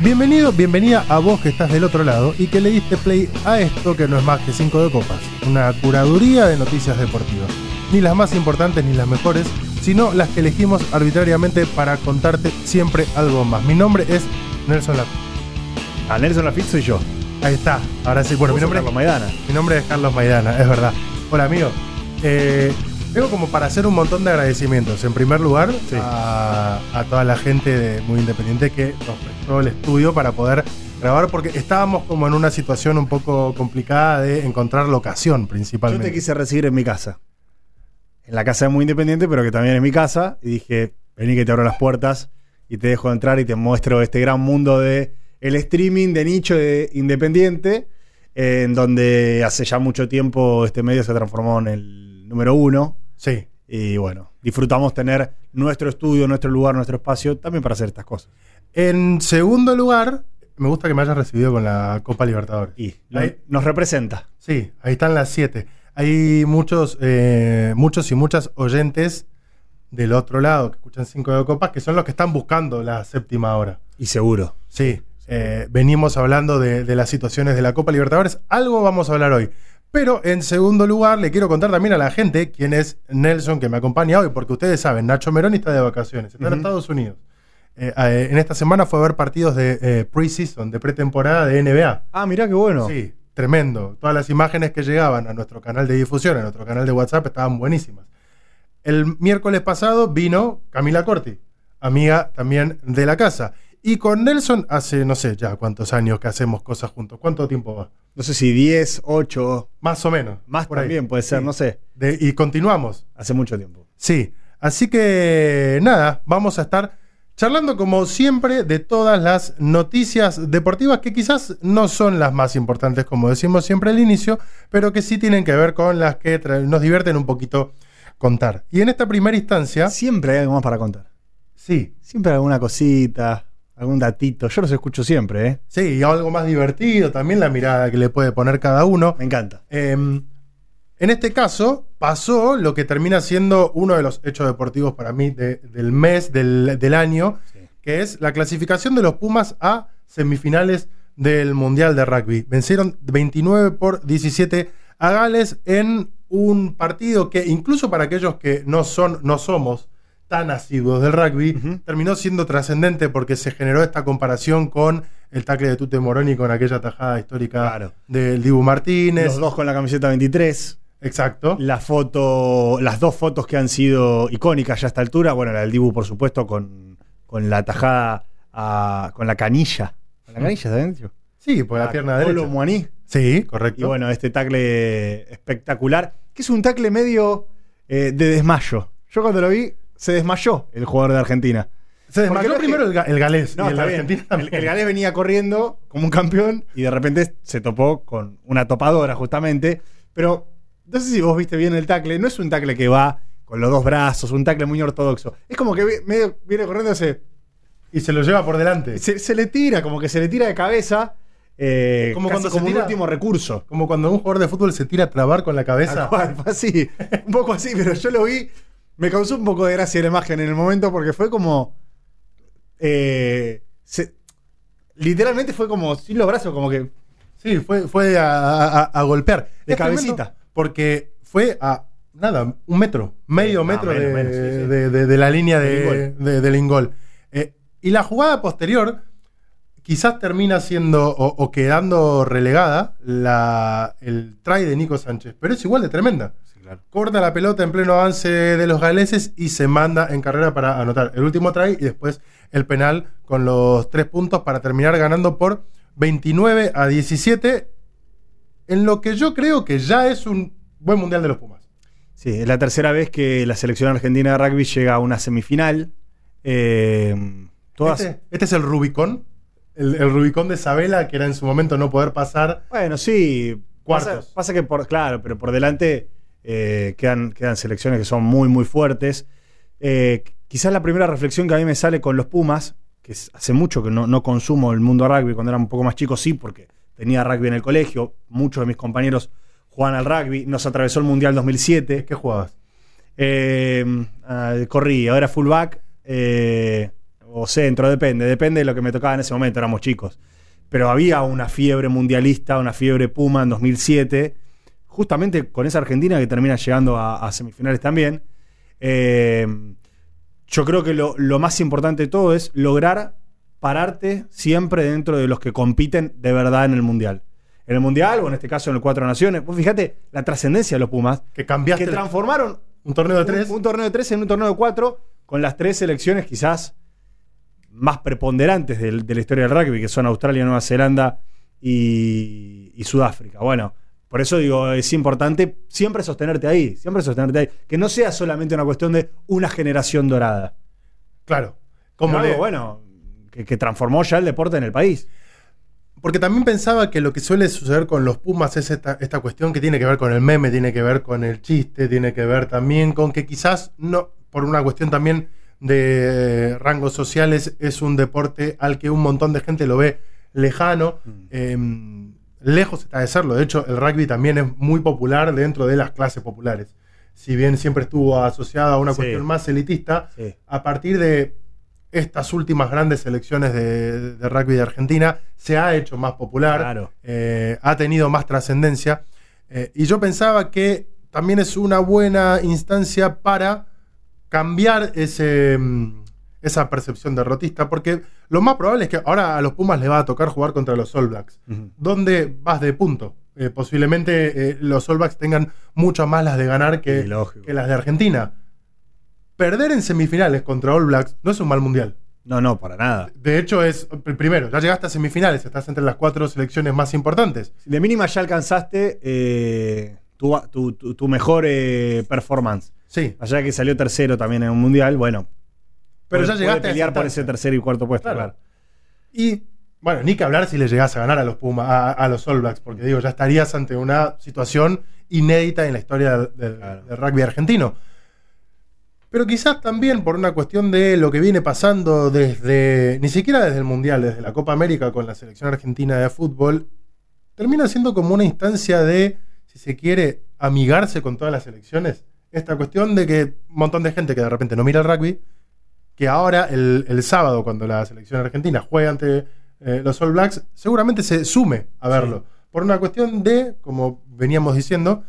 Bienvenido, bienvenida a vos que estás del otro lado y que le diste play a esto que no es más que 5 de copas, una curaduría de noticias deportivas. Ni las más importantes ni las mejores, sino las que elegimos arbitrariamente para contarte siempre algo más. Mi nombre es Nelson Lap. A Nelson Lafitte soy yo. Ahí está, ahora sí, bueno, mi Vos sos nombre, Carlos Maidana. mi nombre es Carlos Maidana, es verdad. Hola amigo, eh, vengo como para hacer un montón de agradecimientos. En primer lugar, Sí. a, a toda la gente de Muy Independiente que nos prestó el estudio para poder grabar, porque estábamos como en una situación un poco complicada de encontrar locación Yo principalmente. te quise recibir en mi casa. En la casa de Muy Independiente, pero que también es mi casa. Y dije, vení que te abro las puertas y te dejo entrar y te muestro este gran mundo de el streaming de nicho de Independiente, eh, en donde hace ya mucho tiempo este medio se transformó en el número uno. Sí. Y bueno, disfrutamos tener nuestro estudio, nuestro lugar, nuestro espacio, también para hacer estas cosas. En segundo lugar, me gusta que me hayas recibido con la Copa Libertadores. Y lo- Ahí- nos representa. Sí, ahí están las 7. Hay muchos, eh, muchos y muchas oyentes del otro lado que escuchan 5 de copas, que son los que están buscando la séptima hora. Y seguro. Sí, eh, venimos hablando de, de las situaciones de la Copa Libertadores. Algo vamos a hablar hoy. Pero en segundo lugar, le quiero contar también a la gente quién es Nelson que me acompaña hoy, porque ustedes saben, Nacho Meroni está de vacaciones, está en Ujú. Estados Unidos. Eh, eh, en esta semana fue a ver partidos de eh, preseason, de pretemporada de NBA. Ah, mirá qué bueno. Sí, tremendo. Todas las imágenes que llegaban a nuestro canal de difusión, a nuestro canal de WhatsApp, estaban buenísimas. El miércoles pasado vino Camila Corti, amiga también de la casa. Y con Nelson hace, no sé ya cuántos años que hacemos cosas juntos. ¿Cuánto tiempo va? No sé si 10, 8, Más o menos. Más por ahí. también puede ser, Sí. no sé. De- y continuamos. Hace mucho tiempo. Sí, así que nada, vamos a estar charlando como siempre de todas las noticias deportivas que quizás no son las más importantes, como decimos siempre al inicio, pero que sí tienen que ver con las que tra- nos divierten un poquito contar. Y en esta primera instancia, Siempre hay algo más para contar. sí, Siempre hay alguna cosita, algún datito. Yo los escucho siempre, ¿eh? sí, y algo más divertido, también la mirada que le puede poner cada uno. Me encanta. Eh, en este caso pasó lo que termina siendo uno de los hechos deportivos para mí de- del mes, del, del año, Sí. que es la clasificación de los Pumas a semifinales del Mundial de Rugby. Vencieron 29 por 17 a Gales en un partido que incluso para aquellos que no son, no somos tan asiduos del rugby, Ujú. terminó siendo trascendente porque se generó esta comparación con el tackle de Tute Moroni con aquella tajada histórica Claro. del Dibu Martínez. Los dos con la camiseta 23. Exacto. La foto, las dos fotos que han sido icónicas ya a esta altura. Bueno, la del Dibu, por supuesto, con, con la tajada, a- con la canilla. ¿Con la canilla está Ah, bien dicho? Sí, por la A pierna Colo derecha. Muaní. Sí, correcto. Y bueno, este tackle espectacular, que es un tackle medio eh, de desmayo. Yo cuando lo vi, se desmayó el jugador de Argentina. se desmayó porque no es primero que- el, ga- el galés No, y el está bien. argentino El, también. el galés venía corriendo como un campeón y de repente se topó con una topadora, justamente. Pero no sé si vos viste bien el tackle. No es un tackle que va con los dos brazos, un tackle muy ortodoxo. Es como que vi- medio viene corriendo, se, Y se lo lleva por delante. se, se le tira, como que se le tira de cabeza. eh, Como casi cuando se como un tira- último recurso. Como cuando un jugador de fútbol se tira a trabar con la cabeza. Tal cual, fue así, un poco así, pero yo lo vi, me causó un poco de gracia la imagen en el momento porque fue como. eh, se- literalmente fue como sin los brazos, como que. Sí, fue, fue a, a- a golpear. De Es tremendo cabecita. Porque fue a, nada, un metro, medio Ah, metro menos, de, menos, sí, sí. de- de- de la línea de, Del de- del ingol. Eh, y la jugada posterior quizás termina siendo o, o quedando relegada la, el try de Nico Sánchez, pero es igual de tremenda. Corta la pelota en pleno avance de los galeses y se manda en carrera para anotar el último try y después el penal con los tres puntos para terminar ganando por 29 a 17 en lo que yo creo que ya es un buen mundial de los Pumas. Sí, es la tercera vez que la selección argentina de rugby llega a una semifinal. Eh, todas. Este, este es el Rubicón, el, el Rubicón de Sabela que era en su momento no poder pasar. Bueno, sí. Cuartos. Pasa, pasa que por, claro, pero por delante eh, quedan, quedan selecciones que son muy, muy fuertes. Eh, quizás la primera reflexión que a mí me sale con los Pumas, que es- hace mucho que no, no consumo el mundo rugby, cuando era un poco más chico, sí, porque tenía rugby en el colegio, muchos de mis compañeros jugaban al rugby, nos atravesó el Mundial 2007. ¿Qué jugabas? Eh, ah, corrí, ahora fullback. eh, o centro, depende, depende de lo que me tocaba en ese momento, éramos chicos. Pero había una fiebre mundialista, una fiebre Puma en 2007, justamente con esa Argentina que termina llegando a, a semifinales también. Eh, yo creo que lo, lo más importante de todo es lograr pararte siempre dentro de los que compiten de verdad en el mundial. En el mundial, o en este caso en el Cuatro Naciones, vos fíjate la trascendencia de los Pumas, Que cambiaste que transformaron un torneo de tres. un, un torneo de tres en un torneo de cuatro, con las tres selecciones quizás más preponderantes del- de la historia del rugby, que son Australia, Nueva Zelanda y, y Sudáfrica. Bueno, por eso digo, es importante siempre sostenerte ahí, siempre sostenerte ahí. Que no sea solamente una cuestión de una generación dorada. Claro. Como Pero le- algo, bueno, que, que transformó ya el deporte en el país. Porque también pensaba que lo que suele suceder con los Pumas es esta, esta cuestión que tiene que ver con el meme, tiene que ver con el chiste, tiene que ver también con que quizás no, por una cuestión también de rangos sociales, es un deporte al que un montón de gente lo ve lejano. eh, lejos está de serlo. De hecho, el rugby también es muy popular dentro de las clases populares. Si bien siempre estuvo asociada a una Sí. cuestión más elitista, Sí. a partir de estas últimas grandes selecciones de, de rugby de Argentina, se ha hecho más popular, Claro. eh, ha tenido más trascendencia. eh, y yo pensaba que también es una buena instancia para cambiar ese, mm, esa percepción derrotista, porque lo más probable es que ahora a los Pumas les va a tocar jugar contra los All Blacks donde vas de punto. Eh, posiblemente eh, los All Blacks tengan muchas más las de ganar Sí, que, lógico. que las de Argentina. Perder en semifinales contra All Blacks no es un mal mundial. No, no, para nada. De hecho, es pr- primero, ya llegaste a semifinales, estás entre las cuatro selecciones más importantes. De mínima ya alcanzaste eh, tu, tu- tu- tu mejor eh, performance. Sí, Allá que salió tercero también en un mundial, bueno. pero puede- ya puede llegaste a pelear por sentarse. ese tercer y cuarto puesto. Claro. claro. Y bueno, ni que hablar si le llegás a ganar a los Pumas, a, a los All Blacks, porque digo, ya estarías ante una situación inédita en la historia del, del- Claro. del rugby argentino. Pero quizás también por una cuestión de lo que viene pasando desde, ni siquiera desde el Mundial, desde la Copa América con la selección argentina de fútbol, termina siendo como una instancia de, si se quiere, amigarse con todas las selecciones. Esta cuestión de que un montón de gente que de repente no mira el rugby, que ahora el, el sábado, cuando la selección argentina juega ante eh, los All Blacks, seguramente se sume a verlo. Por una cuestión de, como veníamos diciendo,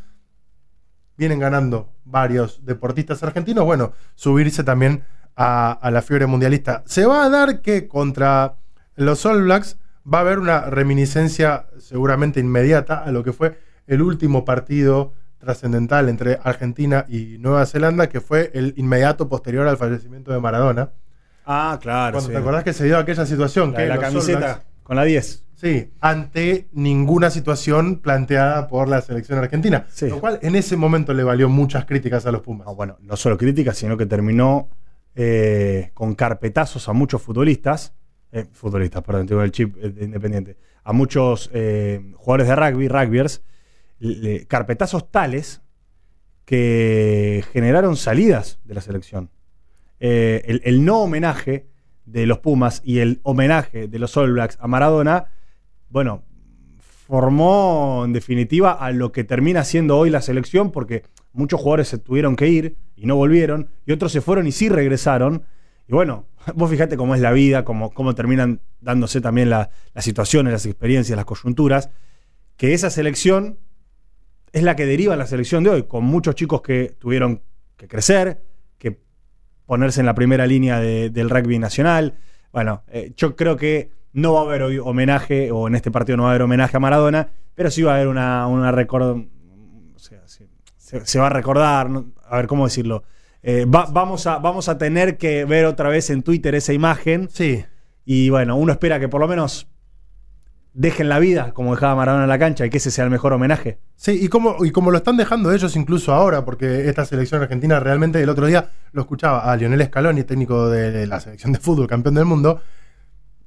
vienen ganando varios deportistas argentinos, bueno, subirse también a, a la fiebre mundialista. Se va a dar que contra los All Blacks va a haber una reminiscencia seguramente inmediata a lo que fue el último partido trascendental entre Argentina y Nueva Zelanda, que fue el inmediato posterior al fallecimiento de Maradona. Ah, claro. Cuando sí. te acordás que se dio aquella situación, La, que de la los All Blacks- camiseta con la 10. Sí, ante ninguna situación planteada por la selección argentina. Sí. Ah, Lo cual en ese momento le valió muchas críticas a los Pumas. No, bueno, no solo críticas, sino que terminó eh, con carpetazos a muchos futbolistas. eh, futbolistas, perdón, tengo el chip eh, de independiente. A muchos eh, jugadores de rugby, rugbyers, le- carpetazos tales que generaron salidas de la selección. Eh, el, el no homenaje de los Pumas y el homenaje de los All Blacks a Maradona, bueno, formó en definitiva a lo que termina siendo hoy la selección, porque muchos jugadores se tuvieron que ir y no volvieron, y otros se fueron y sí regresaron. Y bueno, vos fijate cómo es la vida, cómo, cómo terminan dándose también la- las situaciones, las experiencias, las coyunturas, que esa selección es la que deriva en la selección de hoy, con muchos chicos que tuvieron que crecer, que ponerse en la primera línea de- del rugby nacional. Bueno, eh, yo creo que no va a haber hoy homenaje, o en este partido no va a haber homenaje a Maradona, pero sí va a haber una, una record- o sea, sí, se, se va a recordar, ¿no? a ver cómo decirlo. Eh, va- vamos, a, vamos a tener que ver otra vez en Twitter esa imagen. Sí, Y bueno, uno espera que por lo menos dejen la vida como dejaba Maradona en la cancha y que ese sea el mejor homenaje. Sí, y como, y como lo están dejando ellos incluso ahora, porque esta selección argentina realmente el otro día lo escuchaba a Lionel Scaloni, técnico de la selección de fútbol, campeón del mundo,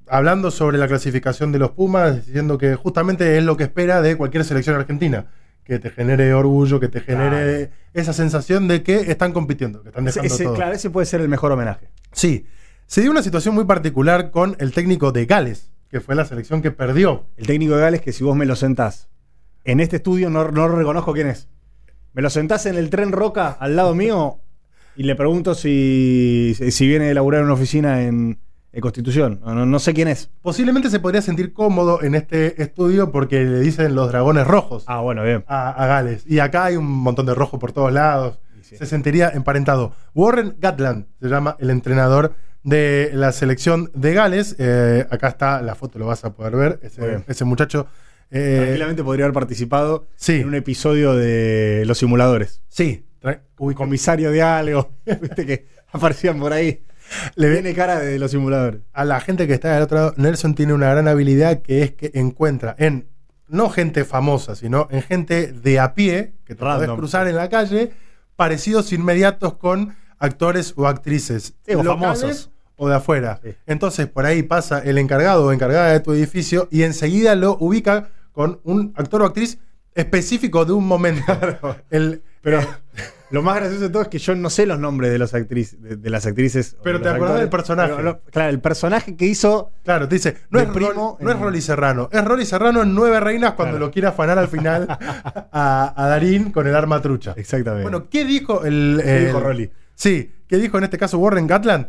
hablando sobre la clasificación de los Pumas, diciendo que justamente es lo que espera de cualquier selección argentina, que te genere orgullo, que te genere esa sensación de que están compitiendo, que están Ese- dejando ese- todo. claro, ese puede ser el mejor homenaje. Sí, se dio una situación muy particular con el técnico de Gales, que fue la selección que perdió. El técnico de Gales que si vos me lo sentás en este estudio no, no reconozco quién es. Me lo sentás en el tren Roca al lado mío y le pregunto si, si viene a laburar en una oficina en, en Constitución. No, no- no sé quién es. Posiblemente se podría sentir cómodo en este estudio porque le dicen los dragones rojos Ah, bueno, bien. a, a Gales. Y acá hay un montón de rojo por todos lados. Sí. Se sentiría emparentado. Warren Gatland se llama el entrenador de la selección de Gales. Eh, acá está la foto, lo vas a poder ver. Muy Ese, bien. ese muchacho. eh, Tranquilamente podría haber participado sí, en un e- episodio de Los Simuladores. sí. Tra- Uy, con- Comisario de algo, viste que aparecían por ahí. le Le viene viene cara de Los Simuladores. a la gente que está del otro lado, Nelson tiene una gran habilidad que es que encuentra en no gente famosa, sino en gente de a pie que te podés Random. cruzar en la calle, parecidos inmediatos con actores o actrices Sí, o locales famosos. o de afuera. Sí. Entonces por ahí pasa el encargado o encargada de tu edificio y enseguida lo ubica con un actor o actriz específico de un momento. El- Pero lo más gracioso de todo es que yo no sé los nombres de, los actriz, de, de las actrices. o Pero de te los acordás del actores. personaje. Pero lo- claro, el personaje que hizo. Claro, te dice, no, De es, primo Rol- no es en- Rolly Serrano, es Rolly Serrano en Nueve Reinas cuando Claro. lo quiere afanar al final a, a Darín con el arma trucha. Exactamente. Bueno, ¿qué dijo el, ¿Qué dijo el- Rolly? Sí, ¿qué dijo en este caso Warren Gatland?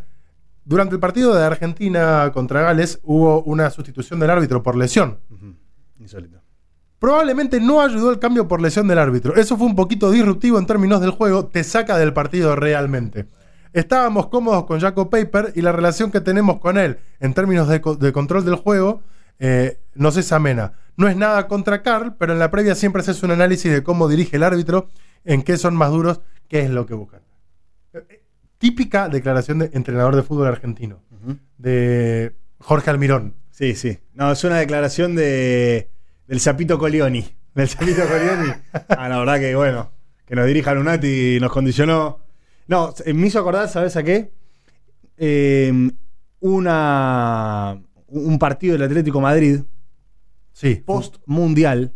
Durante el partido de Argentina contra Gales hubo una sustitución del árbitro por lesión. Ujú, Insólito. Probablemente no ayudó el cambio por lesión del árbitro. Eso fue un poquito disruptivo en términos del juego, te saca del partido realmente. Estábamos cómodos con Jaco Paper y la relación que tenemos con él en términos de, co- de control del juego eh, nos es amena. No es nada contra Carl, pero en la previa siempre haces un análisis de cómo dirige el árbitro, en qué son más duros, qué es lo que buscan. Eh, eh, Típica declaración de entrenador de fútbol argentino, Ujú. de Jorge Almirón. Sí, sí. No, es una declaración de del Zapito Colioni. Del Zapito Colioni. ah, la verdad que bueno, que nos dirija Lunati y nos condicionó. No, se- me hizo acordar, ¿sabes a qué? Eh, una un partido del Atlético Madrid Sí, post mundial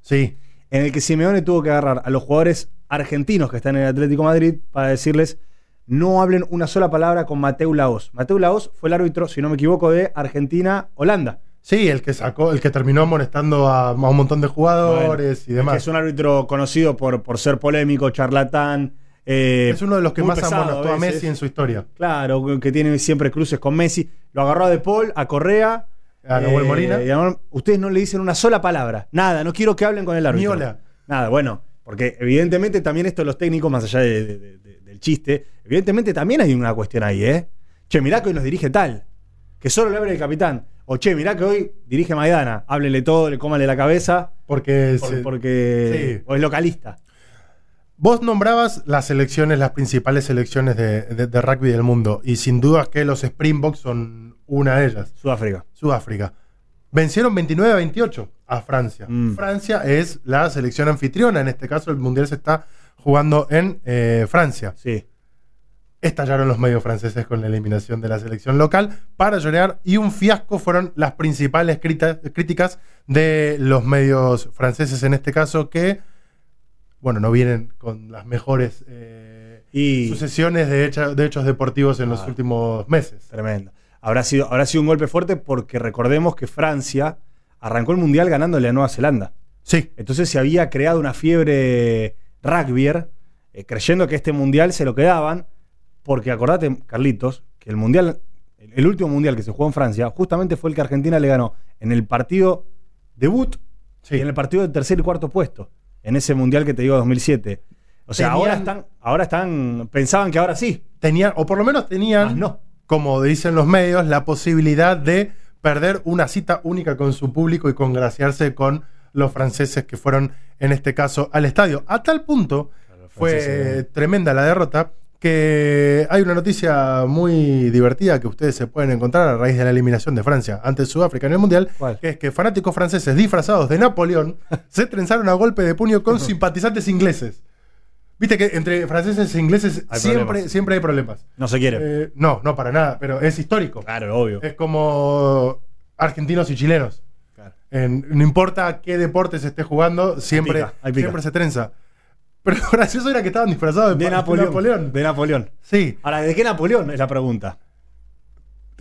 sí, en el que Simeone tuvo que agarrar a los jugadores argentinos que están en el Atlético Madrid para decirles no hablen una sola palabra con Mateu Laos. Mateu Laos fue el árbitro, si no me equivoco, de Argentina-Holanda. Sí, el que sacó, el que terminó amonestando a, a un montón de jugadores y que demás. es un árbitro conocido por, por ser polémico, charlatán. eh, es uno de los que muy más pesado amonestó a veces. Messi en su historia. Claro, que tiene siempre cruces con Messi. Lo agarró a De Paul, a Correa. eh, A Nahuel Molina. y a Nahuel- ustedes no le dicen una sola palabra. Nada, no quiero que hablen con el árbitro. Ni hola. Nada, bueno. Porque evidentemente también esto los técnicos, más allá de- de- de- del chiste, evidentemente también hay una cuestión ahí, ¿eh? Che, mirá que hoy nos dirige tal. Que solo le hable el capitán. O che, mirá que hoy dirige Maidana. Háblele todo, le cómale la cabeza. Porque Por- se- porque Sí. o es localista. vos nombrabas las selecciones, las principales selecciones de, de- de rugby del mundo. Y sin duda que los Springboks son una de ellas. Sudáfrica. Sudáfrica. Vencieron 29 a 28 a Francia. Mm. Francia es la selección anfitriona. En este caso, el mundial se está jugando en eh, Francia. Sí. Estallaron los medios franceses con la eliminación de la selección local para llorar y un fiasco fueron las principales crita- críticas de los medios franceses en este caso que, bueno, no vienen con las mejores eh, Y sucesiones de, hecha- de hechos deportivos en los Ah. últimos meses. tremendo. Habrá sido, habrá sido un golpe fuerte porque recordemos que Francia arrancó el mundial ganándole a Nueva Zelanda. Sí, Entonces se había creado una fiebre rugbyer, eh, creyendo que este mundial se lo quedaban, porque acordate, Carlitos, que el mundial, el, el último mundial que se jugó en Francia, justamente fue el que Argentina le ganó en el partido debut sí. y en el partido de tercer y cuarto puesto, en ese mundial que te digo 2007. O sea, Tenían- ahora están, ahora están, pensaban que ahora sí, Tenían, o por lo menos más tenían, Ah, no. como dicen los medios, la posibilidad de perder una cita única con su público y congraciarse con los franceses que fueron, en este caso, al estadio. A tal punto fue tremenda la derrota que hay una noticia muy divertida que ustedes se pueden encontrar a raíz de la eliminación de Francia ante Sudáfrica en el Mundial, ¿Cuál? que es que fanáticos franceses disfrazados de Napoleón se trenzaron a golpe de puño con simpatizantes ingleses. Viste que entre franceses e ingleses Hay siempre, problemas. siempre hay problemas. No se quiere. Eh, no, no, para nada, pero es histórico. claro, obvio. Es como argentinos y chilenos. Claro. En- no importa qué deporte se esté jugando, siempre, pica, ahí pica. siempre se trenza. Pero lo gracioso era que estaban disfrazados de, De pa- de Napoleón. Napoleón. De Napoleón. Sí, Ahora, ¿de qué Napoleón? Es la pregunta.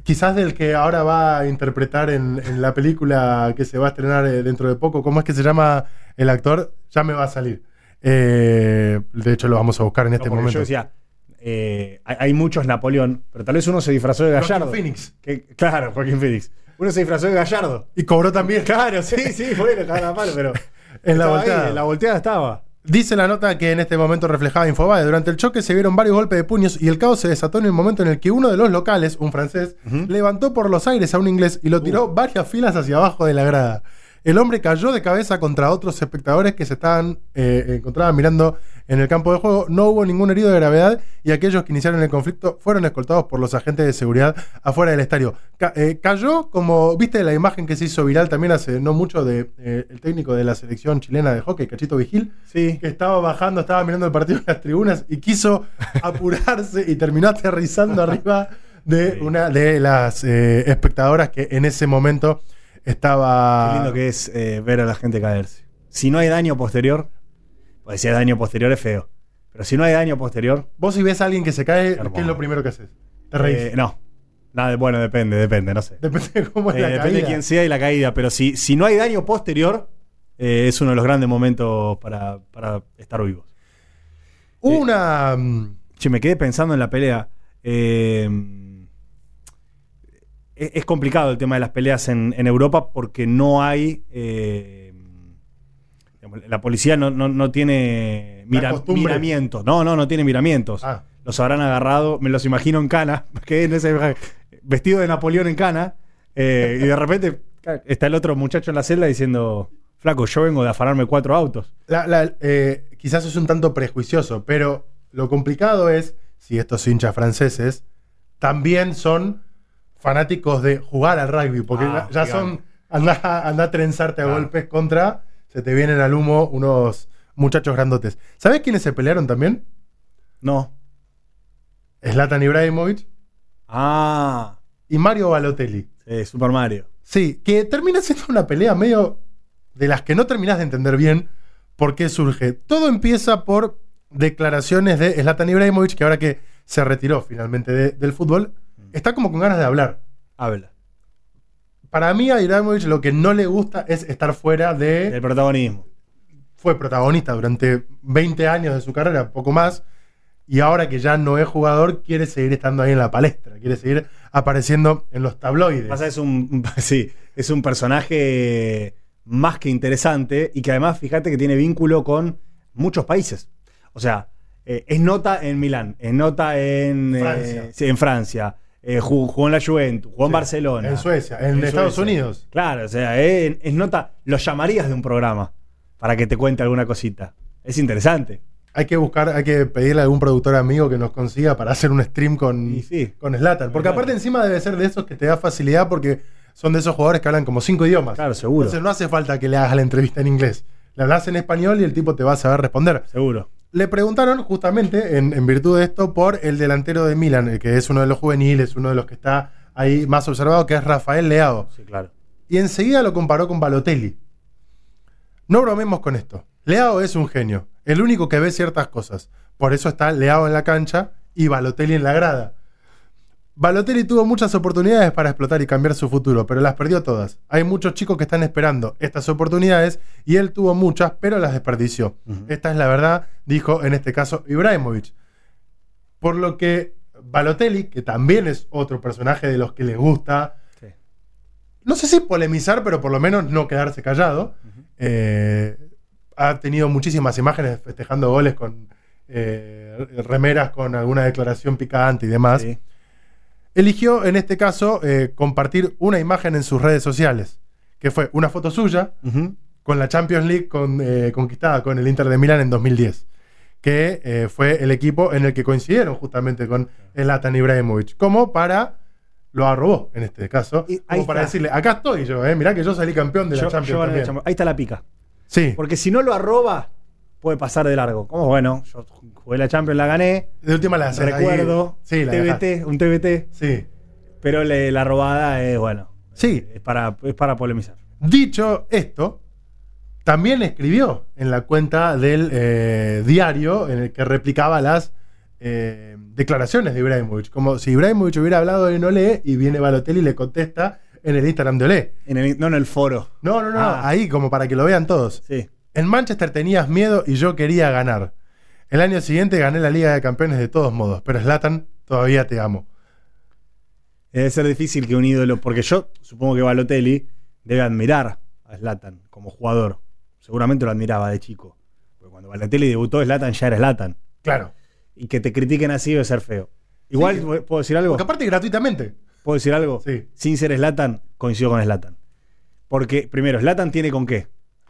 quizás del que ahora va a interpretar en, en la película que se va a estrenar eh, dentro de poco. ¿Cómo es que se llama el actor? Ya me va a salir. Eh, de hecho, lo vamos a buscar en No, este porque momento. Yo decía, eh, eh, hay, hay muchos Napoleón, pero tal vez uno se disfrazó de Gallardo. Joaquín Phoenix. Que- claro, Joaquín Phoenix. Uno se disfrazó de Gallardo. Y cobró también. Claro, sí, sí, bueno, cada palo, pero. En la estaba ahí, volteada. en la volteada estaba. Dice la nota que en este momento reflejaba Infobae. Durante el choque se vieron varios golpes de puños y el caos se desató en el momento en el que uno de los locales, un francés, Ujú. levantó por los aires a un inglés y lo tiró varias filas hacia abajo de la grada. El hombre cayó de cabeza contra otros espectadores que se estaban, eh, encontraban mirando en el campo de juego. No hubo ningún herido de gravedad y aquellos que iniciaron el conflicto fueron escoltados por los agentes de seguridad afuera del estadio. Ca- eh, cayó como, viste la imagen que se hizo viral también hace no mucho de eh, el técnico de la selección chilena de hockey, Cachito Vigil Sí. que estaba bajando, estaba mirando el partido en las tribunas y quiso apurarse y terminó aterrizando arriba de Sí. una de las eh, espectadoras que en ese momento Qué estaba. lindo que es eh, ver a la gente caerse. Si no hay daño posterior, pues si hay daño posterior es feo. Pero si no hay daño posterior, Vos si ves a alguien que se cae, ¿qué es Hermoso. lo primero que haces? Te reís. eh, no. Nada, de- bueno, depende, depende, no sé. Depende de cómo es Eh, la depende de caída. quién sea y la caída, pero si, si no hay daño posterior, eh, es uno de los grandes momentos para, para estar vivos. Hubo Eh, una. mm, Che, me quedé pensando en la pelea. Eh, es, es complicado el tema de las peleas en, en Europa porque no hay. eh, digamos, la policía no, no- no tiene mira- costumbre. miramientos. No, no, no tiene miramientos. Ah, Los habrán agarrado, me los imagino en cana, que en ese vestido de Napoleón en cana, eh, y de repente está el otro muchacho en la celda diciendo, flaco, yo vengo de afanarme cuatro autos. la- la- eh, quizás es un tanto prejuicioso, pero lo complicado es si estos hinchas franceses también son fanáticos de jugar al rugby, porque Ah, ya son, anda, anda a trenzarte a Ah. golpes contra, se te vienen al humo unos muchachos grandotes. ¿Sabés quiénes se pelearon también? No. Zlatan Ibrahimovic Ah, y Mario Balotelli. eh, Super Mario. Sí, que termina siendo una pelea medio de las que no terminás de entender bien por qué surge. Todo empieza por declaraciones de Zlatan Ibrahimovic, que ahora que se retiró finalmente de- del fútbol, Mm. está como con ganas de hablar. Habla. Para mí a Ibrahimovic lo que no le gusta es estar fuera El de... protagonismo. Fue protagonista durante 20 años de su carrera, poco más, y ahora que ya no es jugador, quiere seguir estando ahí en la palestra, quiere seguir apareciendo en los tabloides. Pasa, es un, sí, es un personaje más que interesante y que además fíjate que tiene vínculo con muchos países. O sea, eh, es nota en Milán, es nota en eh, Francia. sí, en Francia eh, ju- jugó en la Juventus, jugó en Sí, Barcelona. En Suecia, en, en Estados Suecia. Unidos. Claro, o sea, es, es nota, lo llamarías de un programa para que te cuente alguna cosita. Es interesante. Hay que buscar, hay que pedirle a algún productor amigo que nos consiga para hacer un stream con, Y sí. con Zlatan. Porque Claro. aparte encima debe ser de esos que te da facilidad porque son de esos jugadores que hablan como cinco idiomas. Claro, seguro. Entonces no hace falta que le hagas la entrevista en inglés. Le hablas en español y el tipo te va a saber responder. Seguro. Le preguntaron justamente, en, en virtud de esto, por el delantero de Milan, el que es uno de los juveniles, uno de los que está ahí más observado, que es Rafael Leao. Sí, claro. Y enseguida lo comparó con Balotelli. No bromemos con esto. Leao es un genio, el único que ve ciertas cosas. Por eso está Leao en la cancha y Balotelli en la grada. Balotelli tuvo muchas oportunidades para explotar y cambiar su futuro, pero las perdió todas. Hay muchos chicos que están esperando estas oportunidades y él tuvo muchas, pero las desperdició. Ujú. Esta es la verdad, dijo en este caso Ibrahimovic. Por lo que Balotelli, que también es otro personaje de los que le gusta, Sí. no sé si polemizar, pero por lo menos no quedarse callado, eh, ha tenido muchísimas imágenes festejando goles con eh, remeras con alguna declaración picante y demás Sí. eligió en este caso eh, compartir una imagen en sus redes sociales, que fue una foto suya Ujú. con la Champions League con- eh, conquistada con el Inter de Milán en 2010, que eh, fue el equipo en el que coincidieron justamente con Zlatan Ibrahimovic, como para lo arrobó en este caso, Y ahí como para está. decirle, acá estoy yo, eh, mirá que yo salí campeón de la Yo- Champions yo gané la también". Champions. Ahí está la pica. Sí, Porque si no lo arroba, puede pasar de largo. Como bueno, yo jugué la Champions, la gané. de última la haces ahí. recuerdo, Sí, la dejás. TBT, un TBT. Sí. Pero le- la robada es bueno. Sí. Es para, es para polemizar. Dicho esto, también escribió en la cuenta del eh, diario en el que replicaba las eh, declaraciones de Ibrahimovic. Como si Ibrahimovic hubiera hablado en Olé y viene Balotelli y le contesta en el Instagram de Olé. En el- no en el foro. No, no, no, Ah. ahí como para que lo vean todos. Sí. En Manchester tenías miedo y yo quería ganar. El año siguiente gané la Liga de Campeones de todos modos, pero Slatan, todavía te amo. Debe ser difícil que un ídolo, porque yo supongo que Balotelli debe admirar a Slatan como jugador. Seguramente lo admiraba de chico. Porque cuando Balotelli debutó, Slatan ya era Slatan. Claro. Y que te critiquen así debe ser feo. Igual, Sí. ¿puedo decir algo? Porque aparte gratuitamente. ¿Puedo decir algo? Sí. Sin ser Slatan, coincido con Slatan. Porque, primero, Slatan tiene con qué.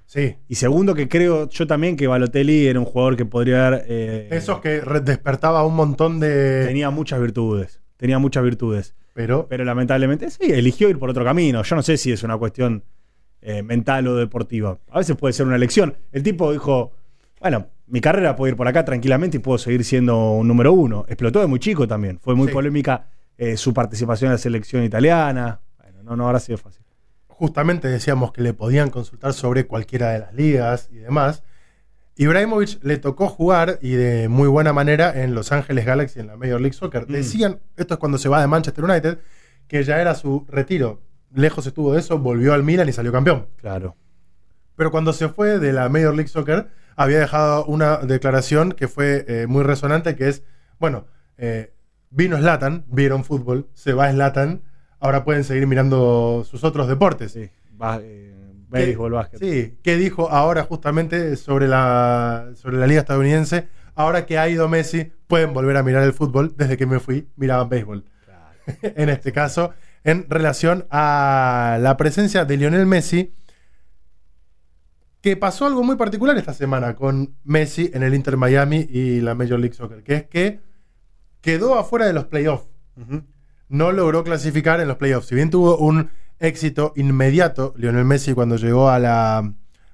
Sí. Y segundo, que creo yo también que Balotelli era un jugador que podría haber. eh, Esos que re- despertaba un montón de. Tenía muchas virtudes. Tenía muchas virtudes. Pero. Pero lamentablemente, sí, eligió ir por otro camino. Yo no sé si es una cuestión eh, mental o deportiva. A veces puede ser una elección. El tipo dijo: Bueno, mi carrera puede ir por acá tranquilamente y puedo seguir siendo un número uno. Explotó de muy chico también. Fue muy Sí. polémica eh, su participación en la selección italiana. Bueno, no, no habrá sido fácil. justamente decíamos que le podían consultar sobre cualquiera de las ligas y demás. Ibrahimovic le tocó jugar y de muy buena manera en Los Ángeles Galaxy en la Major League Soccer. Mm. Decían, esto es cuando se va de Manchester United, que ya era su retiro. Lejos estuvo de eso, volvió al Milan y salió campeón. Claro. Pero cuando se fue de la Major League Soccer, había dejado una declaración que fue eh, muy resonante, que es, bueno, eh, vino Slatan, vieron fútbol, se va Slatan, ahora pueden seguir mirando sus otros deportes. Sí. Ba- eh, béisbol, básquet. Sí, que dijo ahora justamente sobre la, sobre la liga estadounidense. Ahora que ha ido Messi, pueden volver a mirar el fútbol. Desde que me fui, miraban béisbol. Claro. en este caso, en relación a la presencia de Lionel Messi, que pasó algo muy particular esta semana con Messi en el Inter Miami y la Major League Soccer, que es que quedó afuera de los playoffs no logró clasificar en los playoffs. Si bien tuvo un éxito inmediato Lionel Messi cuando llegó a la,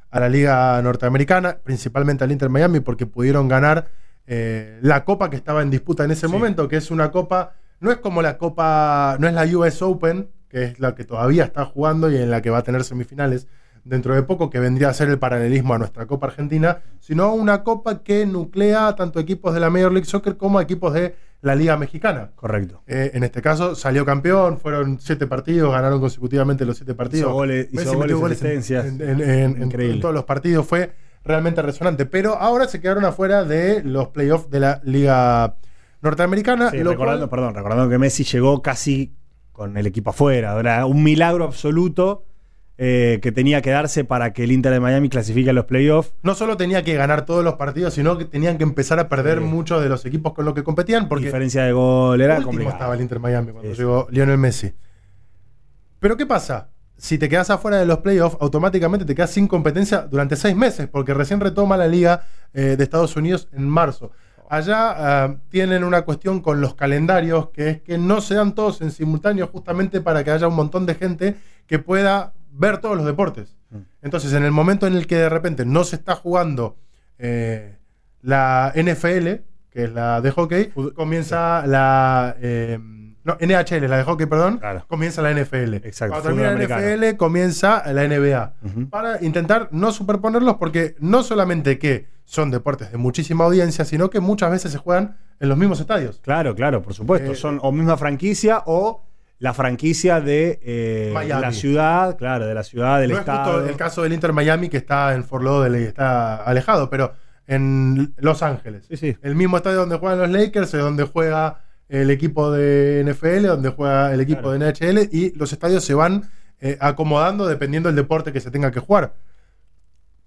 a la Liga Norteamericana, principalmente al Inter Miami, porque pudieron ganar eh, la copa que estaba en disputa en ese Sí. momento, que es una copa, no es como la copa, no es la US Open, que es la que todavía está jugando y en la que va a tener semifinales dentro de poco, que vendría a ser el paralelismo a nuestra Copa Argentina, sino una copa que nuclea tanto equipos de la Major League Soccer como equipos de la Liga Mexicana. Correcto. Eh, en este caso salió campeón, fueron siete partidos, ganaron consecutivamente los siete partidos. Hizo goles, hizo Messi goles metió y goles en- asistencias. en, en- en- Increíble. en todos los partidos, fue realmente resonante. Pero ahora se quedaron afuera de los playoffs de la Liga Norteamericana. Sí, Ah, lo recordando, cual- perdón, recordando que Messi llegó casi con el equipo afuera. Era un milagro absoluto eh, que tenía que darse para que el Inter de Miami clasifique a los playoffs. no solo tenía que ganar todos los partidos, sino que tenían que empezar a perder Sí. muchos de los equipos con los que competían, porque diferencia de gol era último estaba complicado. el Inter Miami cuando Sí, sí. llegó Lionel Messi. Pero ¿qué pasa? Si te quedas afuera de los playoffs, automáticamente te quedas sin competencia durante seis meses, porque recién retoma la liga eh, de Estados Unidos en marzo. Allá ah, tienen una cuestión con los calendarios, que es que no se dan todos en simultáneo justamente para que haya un montón de gente que pueda ver todos los deportes. Mm. Entonces, en el momento en el que de repente no se está jugando eh, la NFL, que es la de hockey, Fut- comienza la. eh, no, NHL, la de hockey, perdón. Claro. Comienza la NFL. Exacto, Cuando fútbol termina la americano. NFL, comienza la NBA. Ujú. Para intentar no superponerlos, porque no solamente que son deportes de muchísima audiencia, sino que muchas veces se juegan en los mismos estadios. Claro, claro, por supuesto. Eh, Son o misma franquicia o la franquicia de eh, Miami. la ciudad, claro, de la ciudad, del no es estado. justo el caso del Inter Miami que está en Fort Lauderdale y está alejado, pero en Los Ángeles. Sí, sí. El mismo estadio donde juegan los Lakers, es donde juega el equipo de NFL, donde juega el equipo Claro. de NHL, y los estadios se van eh, acomodando dependiendo del deporte que se tenga que jugar.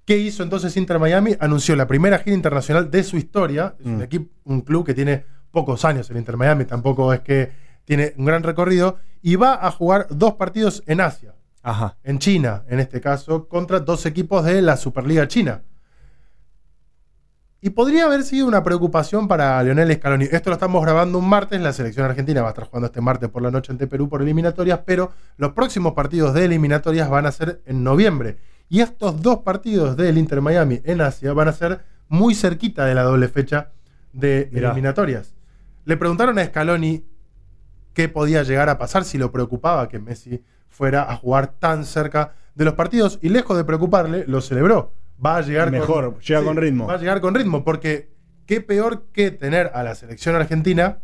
¿Qué hizo entonces Inter Miami? Anunció la primera gira internacional de su historia. Es un, Mm. equipo, un club que tiene pocos años el Inter Miami, tampoco es que tiene un gran recorrido, y va a jugar dos partidos en Asia Ajá. en China, en este caso, contra dos equipos de la Superliga China. Y podría haber sido una preocupación para Lionel Scaloni. Esto lo estamos grabando un martes, la selección argentina va a estar jugando este martes por la noche ante Perú por eliminatorias, pero los próximos partidos de eliminatorias van a ser en noviembre. Y estos dos partidos del Inter Miami en Asia van a ser muy cerquita de la doble fecha de Mirá. eliminatorias. Le preguntaron a Scaloni qué podía llegar a pasar si lo preocupaba que Messi fuera a jugar tan cerca de los partidos y lejos de preocuparle, lo celebró. Va a llegar Mejor, con, llega con ritmo. Va a llegar con ritmo porque qué peor que tener a la selección argentina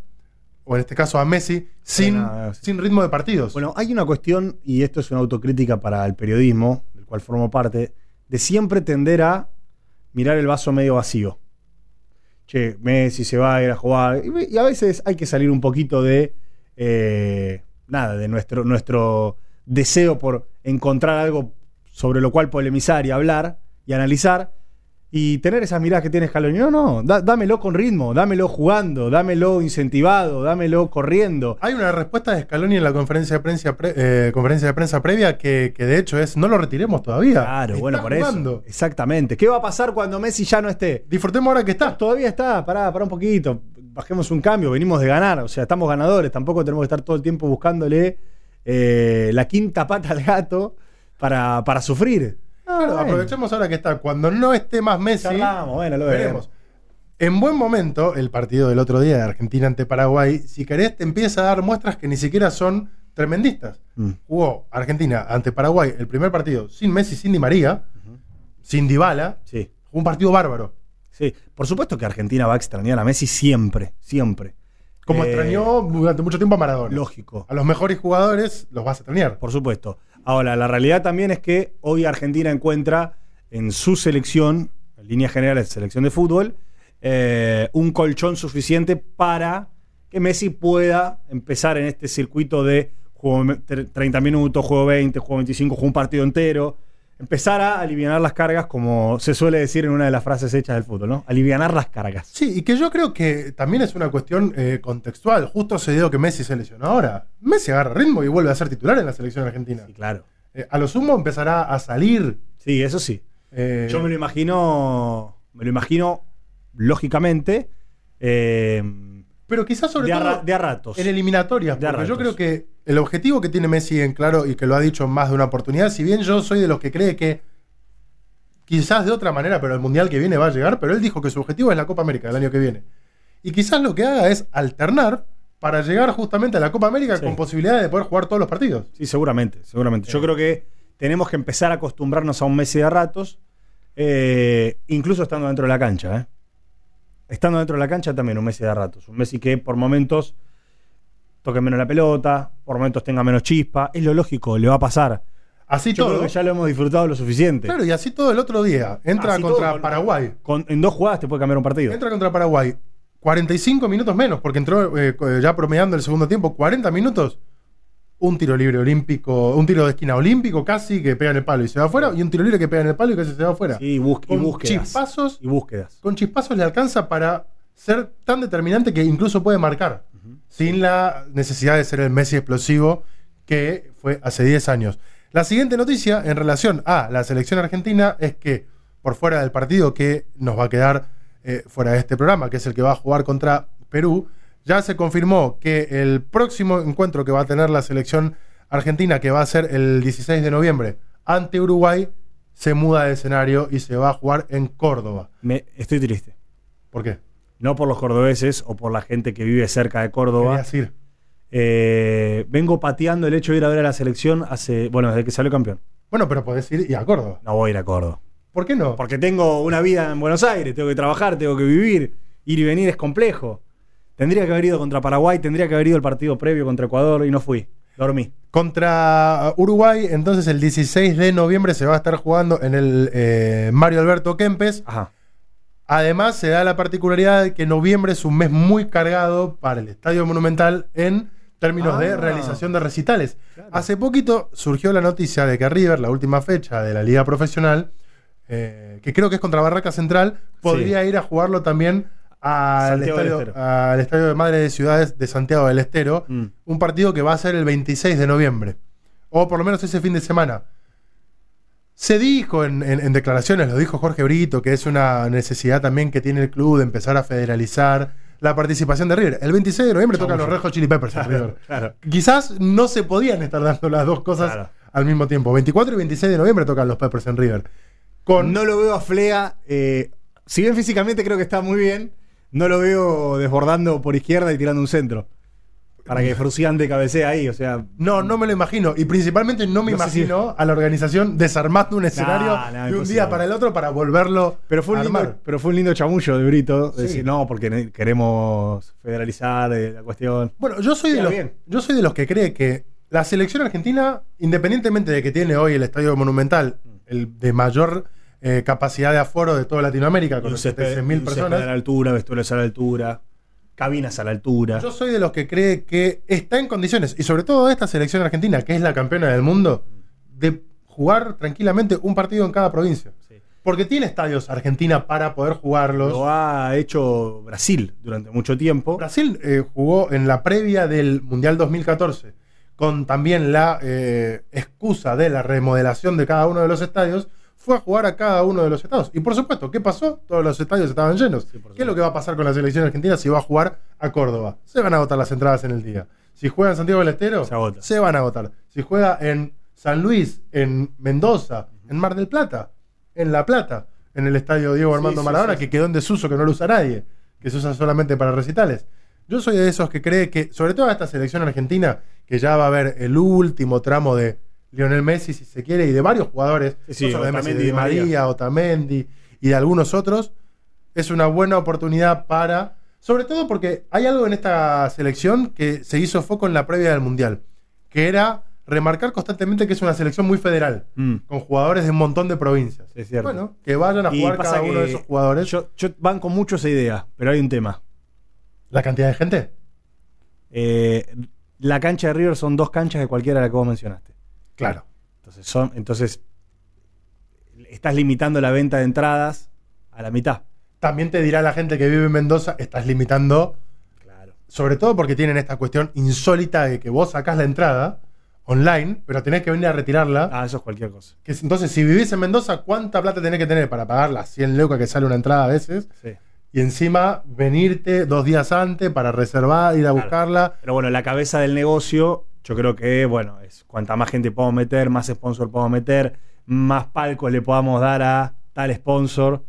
o en este caso a Messi sin, nada, sí. sin ritmo de partidos. Bueno, hay una cuestión, y esto es una autocrítica para el periodismo, del cual formo parte, de siempre tender a mirar el vaso medio vacío. che, Messi se va a ir a jugar. Y, y a veces hay que salir un poquito de, eh, nada, de nuestro, nuestro deseo por encontrar algo sobre lo cual polemizar y hablar y analizar y tener esas miradas que tiene Scaloni. No, no, da- dámelo con ritmo, dámelo jugando, dámelo incentivado, dámelo corriendo. Hay una respuesta de Scaloni en la conferencia de prensa, pre- eh, conferencia de prensa previa que, que de hecho es no lo retiremos todavía. Claro, Está bueno, por jugando. eso. Exactamente. ¿Qué va a pasar cuando Messi ya no esté? Ah, Disfrutemos ahora que está. Todavía está, pará, pará un poquito. Bajemos un cambio, venimos de ganar. O sea, estamos ganadores. Tampoco tenemos que estar todo el tiempo buscándole eh, la quinta pata al gato para, para sufrir. Ah, Claro, bueno. aprovechemos ahora que está. Cuando no esté más Messi, Charlamos, bueno, lo veremos. veremos. En buen momento, el partido del otro día de Argentina ante Paraguay, si querés, te empieza a dar muestras que ni siquiera son tremendistas. Mm. Jugó Argentina ante Paraguay el primer partido sin Messi, sin Di María, sin Dybala. Sí. Jugó un partido bárbaro. Sí, por supuesto que Argentina va a extrañar a Messi siempre, siempre. Como Eh, extrañó durante mucho tiempo a Maradona. Lógico, A los mejores jugadores los vas a extrañar. por supuesto. Ahora, la realidad también es que hoy Argentina encuentra en su selección, en líneas generales, selección de fútbol, eh, un colchón suficiente para que Messi pueda empezar en este circuito de juego me- tre- 30 minutos, juego 20, juego 25, juego un partido entero. Empezar a aliviar las cargas, como se suele decir en una de las frases hechas del fútbol, ¿no? Aliviar las cargas. Sí, y que yo creo que también es una cuestión eh, contextual. Justo se dio que Messi se lesionó ahora. Messi agarra ritmo y vuelve a ser titular en la selección argentina. Sí, claro. Eh, a lo sumo empezará a salir. Sí, eso sí. eh, Yo me lo imagino, me lo imagino lógicamente, eh, pero quizás sobre de, a, todo ra- de a ratos. en eliminatorias. de a Porque yo creo ratos. que el objetivo que tiene Messi en claro y que lo ha dicho en más de una oportunidad, si bien yo soy de los que cree que quizás de otra manera, pero el mundial que viene va a llegar, pero él dijo que su objetivo es la Copa América el año que viene. Y quizás lo que haga es alternar para llegar justamente a la Copa América Sí. con posibilidad de poder jugar todos los partidos. Sí, seguramente, seguramente. Eh. Yo creo que tenemos que empezar a acostumbrarnos a un Messi de a ratos, eh, incluso estando dentro de la cancha. ¿eh? Estando dentro de la cancha también un Messi de a ratos. Un Messi que por momentos toque menos la pelota, por momentos tenga menos chispa. Es lo lógico, le va a pasar. Así Yo todo. creo que ya lo hemos disfrutado lo suficiente. Claro, y así todo el otro día. Entra Así contra todo, con- Paraguay. Con- en dos jugadas te puede cambiar un partido. Entra contra Paraguay. 45 minutos menos, porque entró eh, co- ya promediando el segundo tiempo. 40 minutos. Un tiro libre olímpico, un tiro de esquina olímpico casi que pega en el palo y se va afuera. Y un tiro libre que pega en el palo y casi se va afuera. Sí, y, bus- y con búsquedas. chispazos, Y búsquedas. con chispazos le alcanza para ser tan determinante que incluso puede marcar. Sin la necesidad de ser el Messi explosivo que fue hace 10 años. La siguiente noticia en relación a la selección argentina es que, por fuera del partido que nos va a quedar eh, fuera de este programa, que es el que va a jugar contra Perú, ya se confirmó que el próximo encuentro que va a tener la selección argentina, que va a ser el 16 de noviembre ante Uruguay, se muda de escenario y se va a jugar en Córdoba. Me, estoy triste. ¿Por qué? No por los cordobeses o por la gente que vive cerca de Córdoba. Querías ir. Eh, vengo pateando el hecho de ir a ver a la selección hace. Bueno, desde que salió campeón. Bueno, pero podés ir y a Córdoba. No voy a ir a Córdoba. ¿Por qué no? Porque tengo una vida en Buenos Aires, tengo que trabajar, tengo que vivir. Ir y venir es complejo. Tendría que haber ido contra Paraguay, tendría que haber ido el partido previo contra Ecuador y no fui. Dormí. Contra Uruguay, entonces el 16 de noviembre se va a estar jugando en el eh, Mario Alberto Kempes. Ajá. Además, se da la particularidad de que noviembre es un mes muy cargado para el Estadio Monumental en términos Ah. de realización de recitales. Claro. Hace poquito surgió la noticia de que River, la última fecha de la Liga Profesional, eh, que creo que es contra Barraca Central, podría ir a jugarlo también al Santiago del estadio, Estero. al estadio de Madre de Ciudades de Santiago del Estero. Mm. un partido que va a ser el 26 de noviembre, o por lo menos ese fin de semana. Se dijo en, en- en declaraciones, lo dijo Jorge Brito, que es una necesidad también que tiene el club de empezar a federalizar la participación de River. El 26 de noviembre tocan los Red Hot Chili Peppers en River. Claro. Quizás no se podían estar dando las dos cosas Claro. al mismo tiempo. 24 y 26 de noviembre tocan los Peppers en River. Con, No lo veo a Flea. eh, si bien físicamente creo que está muy bien, no lo veo desbordando por izquierda y tirando un centro. Para que Fruciante cabecee ahí, o sea. No, no me lo imagino. Y principalmente no me No sé si- imagino a la organización desarmando un escenario no, de un imposible. día para el otro para volverlo Pero fue, a un armar. lindo, pero fue un lindo chamullo de Brito. de Sí. Decir, no, porque ne- queremos federalizar eh, la cuestión. Bueno, yo soy, de Queda los, bien. yo soy de los que cree que la Mm. selección argentina, independientemente de que tiene hoy el Estadio Monumental, el de mayor eh, capacidad de aforo de toda Latinoamérica, con Un césped- 86.000 un este césped personas. a la altura, vestuarios a la altura, cabinas a la altura. Yo soy de los que cree que está en condiciones, y sobre todo esta selección argentina, que es la campeona del mundo, Mm. de jugar tranquilamente un partido en cada provincia. Sí. Porque tiene estadios Argentina para poder jugarlos. Lo ha hecho Brasil durante mucho tiempo. Brasil eh, jugó en la previa del Mundial 2014, con también la eh, excusa de la remodelación de cada uno de los estadios, fue a jugar a cada uno de los estados. Y por supuesto, ¿qué pasó? Todos los estadios estaban llenos. Sí, por ¿Qué es lo que va a pasar con la selección argentina si va a jugar a Córdoba? Se van a agotar las entradas en el día. Si juega en Santiago del Estero, Se agota. van a agotar. Si juega en San Luis, en Mendoza, en Mar del Plata, en La Plata, en el estadio Diego Sí, Armando sí, Maradona, sí, que sí. quedó en desuso, que no lo usa nadie, que se usa solamente para recitales. Yo soy de esos que cree que, sobre todo a esta selección argentina, que ya va a haber el último tramo de Lionel Messi, si se quiere, y de varios jugadores, Sí, sí, no solo de Messi, Otamendi, de Di María. María, Otamendi y de algunos otros, es una buena oportunidad para, sobre todo porque hay algo en esta selección que se hizo foco en la previa del Mundial, que era remarcar constantemente que es una selección muy federal, Mm. con jugadores de un montón de provincias. Es cierto. Bueno, que vayan a Y jugar pasa cada uno de que esos jugadores. Yo, yo banco mucho esa idea, pero hay un tema. La cantidad de gente. Eh, la cancha de River son dos canchas de cualquiera de la que vos mencionaste. Claro. Entonces, son, entonces estás limitando la venta de entradas a la mitad. También te dirá la gente que vive en Mendoza, estás limitando Claro. sobre todo porque tienen esta cuestión insólita de que vos sacás la entrada online, pero tenés que venir a retirarla. Ah, eso es cualquier cosa. Que, si- entonces, si vivís en Mendoza, ¿cuánta plata tenés que tener para pagar las 100 leucas que sale una entrada a veces? Sí. Y encima venirte dos días antes para reservar, ir a buscarla. Pero bueno, la cabeza del negocio, yo creo que, bueno, es cuanta más gente podamos meter, más sponsor podamos meter, más palcos le podamos dar a tal sponsor.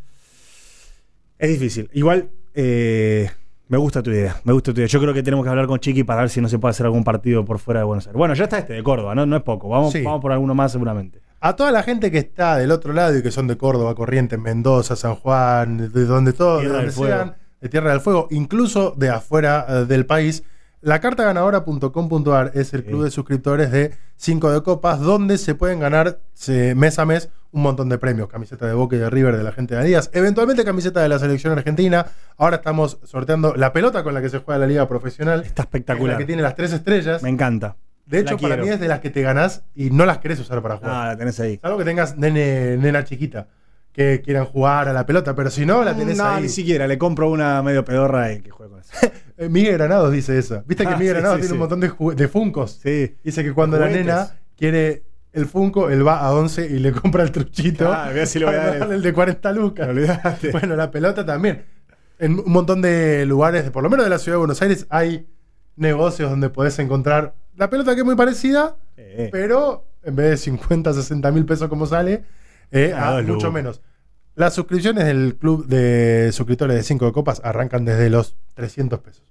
Es difícil. Igual, eh, me gusta tu idea, me gusta tu idea. Yo creo que tenemos que hablar con Chiqui para ver si no se puede hacer algún partido por fuera de Buenos Aires. Bueno, ya está este de Córdoba, no, no es poco. Vamos, Sí. vamos por alguno más seguramente. A toda la gente que está del otro lado y que son de Córdoba, Corrientes, Mendoza, San Juan, de- de donde todo, de Tierra donde del Fuego. sean, de Tierra del Fuego, incluso de afuera eh, del país. La carta ganadora.com.ar es el Sí. club de suscriptores de 5 de Copas, donde se pueden ganar se- mes a mes un montón de premios. Camiseta de Boca y de River de la gente de Adidas, eventualmente camiseta de la selección argentina. Ahora estamos sorteando la pelota con la que se juega la liga profesional. Está La espectacular. que tiene las tres estrellas. Me encanta. De hecho, la para quiero. mí es de las que te ganás y no las querés usar para jugar. Ah, la tenés ahí. Salvo que tengas nene, nena chiquita que quieran jugar a la pelota, pero si no, la tenés Mm, no, ahí. ni siquiera. Le compro una medio pedorra y que juegue con eso. Eh, Miguel Granados dice eso. Viste que Ah, Miguel sí, Granados sí, tiene sí. un montón de, ju- de funcos. Sí. Dice que cuando la Juguetes. nena quiere el funco, él va a 11 y le compra el truchito. Ah, mirá si le voy a para dar el- darle el de 40 lucas. Olvidaste. Bueno, la pelota también. En un montón de lugares, por lo menos de la ciudad de Buenos Aires, hay negocios donde podés encontrar la pelota que es muy parecida, Eh, eh. pero en vez de 50, 60 mil pesos como sale, eh, Ah, a dos mucho lucas. menos. Las suscripciones del club de suscriptores de 5 de copas arrancan desde los 300 pesos.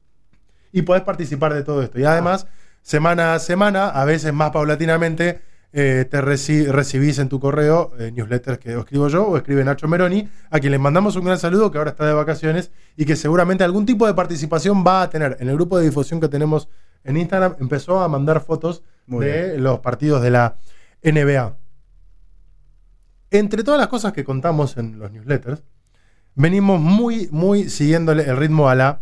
Y podés participar de todo esto. Y además, semana a semana, a veces más paulatinamente, eh, te reci- recibís en tu correo eh, newsletters que escribo yo o escribe Nacho Meroni, a quien le mandamos un gran saludo que ahora está de vacaciones y que seguramente algún tipo de participación va a tener. En el grupo de difusión que tenemos en Instagram empezó a mandar fotos Muy de los partidos de la NBA. Entre todas las cosas que contamos en los newsletters, venimos muy, muy siguiéndole el ritmo a la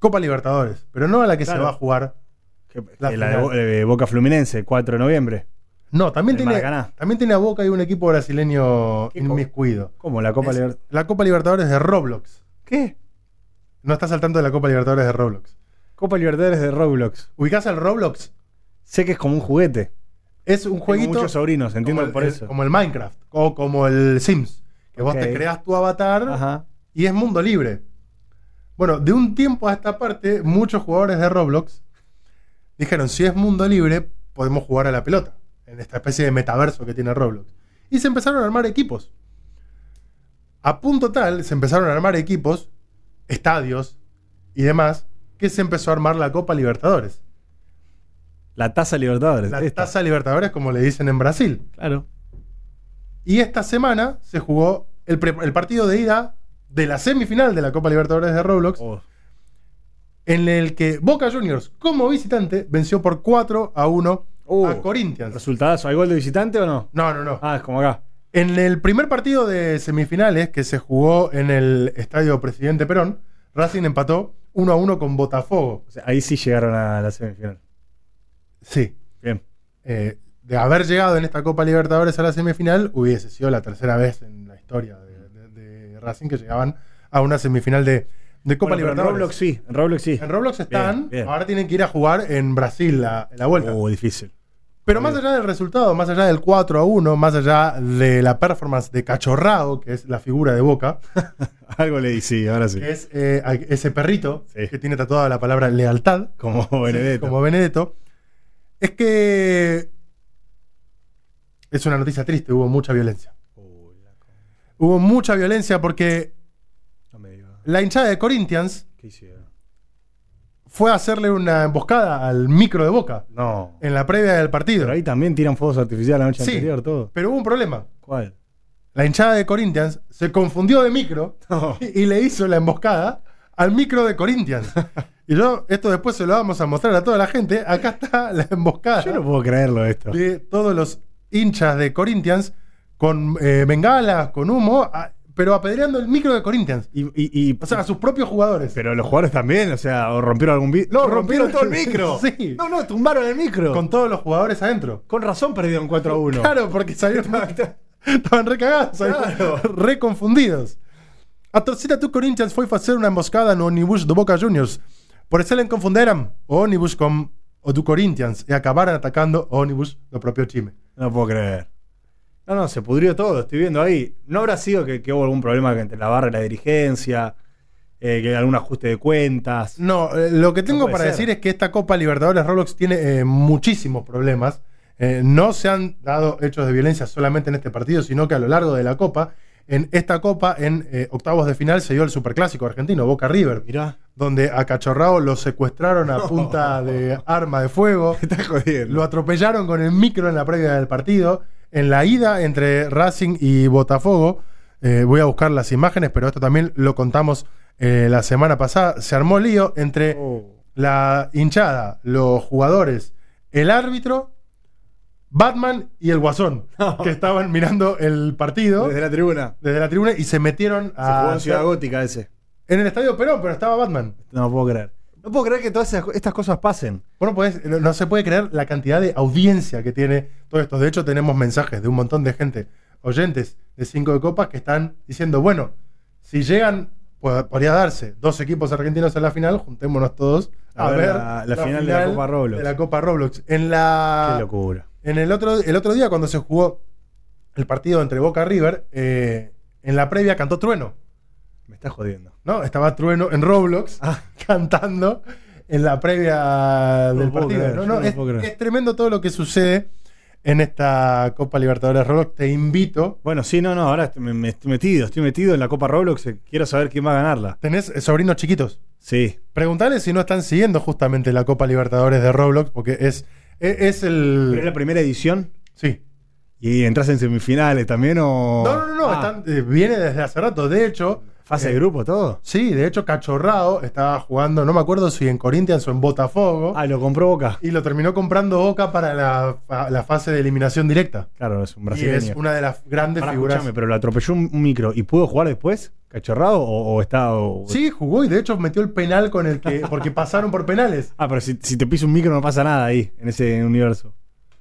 Copa Libertadores, pero no a la que se Claro. va a jugar. Que- La que la de final. Bo- de Boca Fluminense, 4 de noviembre. No, también El tiene, Maracaná. también tiene a Boca y un equipo brasileño ¿Qué co- inmiscuido. ¿Cómo? La Copa Es- Libertadores. La Copa Libertadores de Roblox. ¿Qué? No estás al tanto de la Copa Libertadores de Roblox. Copa Libertadores de Roblox. ¿Ubicás al Roblox? Sé que es como un juguete. Es un Tengo jueguito muchos sobrinos, como, entiendo el, por el- eso. como el Minecraft o como el Sims. Que vos Ok. te creas tu avatar Ajá. y es mundo libre. Bueno, de un tiempo a esta parte, muchos jugadores de Roblox dijeron, si es mundo libre, podemos jugar a la pelota, en esta especie de metaverso que tiene Roblox. Y se empezaron a armar equipos. A punto tal, se empezaron a armar equipos, estadios y demás, que se empezó a armar la Copa Libertadores. La Taza Libertadores. La esta. Taza Libertadores, como le dicen en Brasil. Claro. Y esta semana se jugó el, pre- el partido de ida de la semifinal de la Copa Libertadores de Roblox. Oh, en el que Boca Juniors, como visitante, venció por 4 a 1 Uh, a Corinthians. Oh. ¿Resultadazo? ¿Hay gol de visitante o no? No, no, no. Ah, es como acá. En el primer partido de semifinales que se jugó en el estadio Presidente Perón, Racing empató 1 a 1 con Botafogo. O sea, ahí sí llegaron a la semifinal. Sí. Bien. Eh, de haber llegado en esta Copa Libertadores a la semifinal, hubiese sido la tercera vez en la historia de, de- de Racing que llegaban a una semifinal de, de Copa Bueno, pero Libertadores. En Roblox sí, en Roblox sí. En Roblox están, Bien, bien. ahora tienen que ir a jugar en Brasil la, la vuelta. Oh, difícil. Pero más allá del resultado, más allá del 4 a 1, más allá de la performance de Cachorrao, que es la figura de Boca, Algo le sí, ahora sí. que es eh, a- ese perrito Sí. que tiene tatuada la palabra lealtad, Como Benedetto. como Benedetto, es que es una noticia triste, hubo mucha violencia. Oh, la co- Hubo mucha violencia porque no me digas. la hinchada de Corinthians ¿Qué hicieron? fue a hacerle una emboscada al micro de Boca No. en la previa del partido. Pero ahí también tiran fuegos artificiales la noche Sí. anterior, todo. Pero hubo un problema. ¿Cuál? La hinchada de Corinthians se confundió de micro No. y le hizo la emboscada al micro de Corinthians. Y yo, esto después se lo vamos a mostrar a toda la gente. Acá está la emboscada Yo no puedo creerlo esto. de todos los hinchas de Corinthians con eh, bengalas, con humo, a- pero apedreando el micro de Corinthians. Y, y- y- O sea, a sus propios jugadores. pero los jugadores también, o sea, o rompieron algún vi- No, rompieron, todo el micro. Sí. No, no, tumbaron el micro. Con todos los jugadores adentro. Con razón perdieron 4 a 1. Claro, porque salieron. estaban recagados, Claro. reconfundidos. A torcida tu Corinthians foi fazer uma emboscada no ônibus do Boca Juniors. Por isso eles confunderam o ônibus com o do Corinthians e acabaram atacando o ônibus do próprio time. No puedo creer. No, no, se pudrió todo, estoy viendo ahí. ¿No habrá sido que, que hubo algún problema entre la barra y la dirigencia? Eh, que algún ajuste de cuentas. No, eh, lo que tengo puede para ser. decir es que esta Copa Libertadores Roblox tiene eh, muchísimos problemas. Eh, no se han dado hechos de violencia solamente en este partido, sino que a lo largo de la Copa. En esta Copa, en eh, octavos de final, se dio el Superclásico argentino, Boca River. Mirá, donde a Cachorrao lo secuestraron a punta de arma de fuego, está jodiendo. lo atropellaron con el micro en la previa del partido, en la ida entre Racing y Botafogo. eh, voy a buscar las imágenes, pero esto también lo contamos eh, la semana pasada. Se armó lío entre Oh. la hinchada, los jugadores, el árbitro, Batman y el Guasón, que estaban mirando el partido Desde la tribuna. desde la tribuna y se metieron Se jugó a... en Ciudad Gótica ese. en el estadio Perón, pero estaba Batman. No puedo creer. No puedo creer que todas esas- estas cosas pasen. Bueno, pues no, no se puede creer la cantidad de audiencia que tiene todo esto. De hecho, tenemos mensajes de un montón de gente, oyentes de Cinco de Copas, que están diciendo, bueno, si llegan, po- podría darse dos equipos argentinos en la final, juntémonos todos a, A ver ver Ah, la- la final de la Copa Roblox. de la Copa Roblox. En la Qué locura. en el otro, el otro día, cuando se jugó el partido entre Boca y River, eh, en la previa cantó Trueno. Me está jodiendo. ¿no? Estaba Trueno en Roblox Ah. cantando en la previa No del puedo partido. creer, No, yo no, no es, puedo creer. es tremendo todo lo que sucede en esta Copa Libertadores Roblox. Te invito. Bueno, sí, no, no, ahora estoy, me- me estoy metido, estoy metido en la Copa Roblox. eh, Quiero saber quién va a ganarla. Tenés sobrinos chiquitos. Sí. Preguntale si no están siguiendo justamente la Copa Libertadores de Roblox, porque es, es, es Pero es la el. primera edición. Sí. ¿Y entras en semifinales también o.? No, no, no, no, Ah, están- eh, viene desde hace rato. De hecho. Fase eh, de grupo, todo. Sí, de hecho, Cachorrao estaba jugando, no me acuerdo si en Corinthians o en Botafogo. Ah, lo compró Boca. Y lo terminó comprando Boca para la, fa- la fase de eliminación directa. Claro, es un Y brasileño. es una de las grandes Pará, figuras. escuchame, pero lo atropelló un un micro y pudo jugar después, cachorrado, o, o está. o- Sí, jugó y de hecho metió el penal con el que. Porque pasaron por penales. Ah, pero si, si te pisa un micro no pasa nada ahí, en ese universo.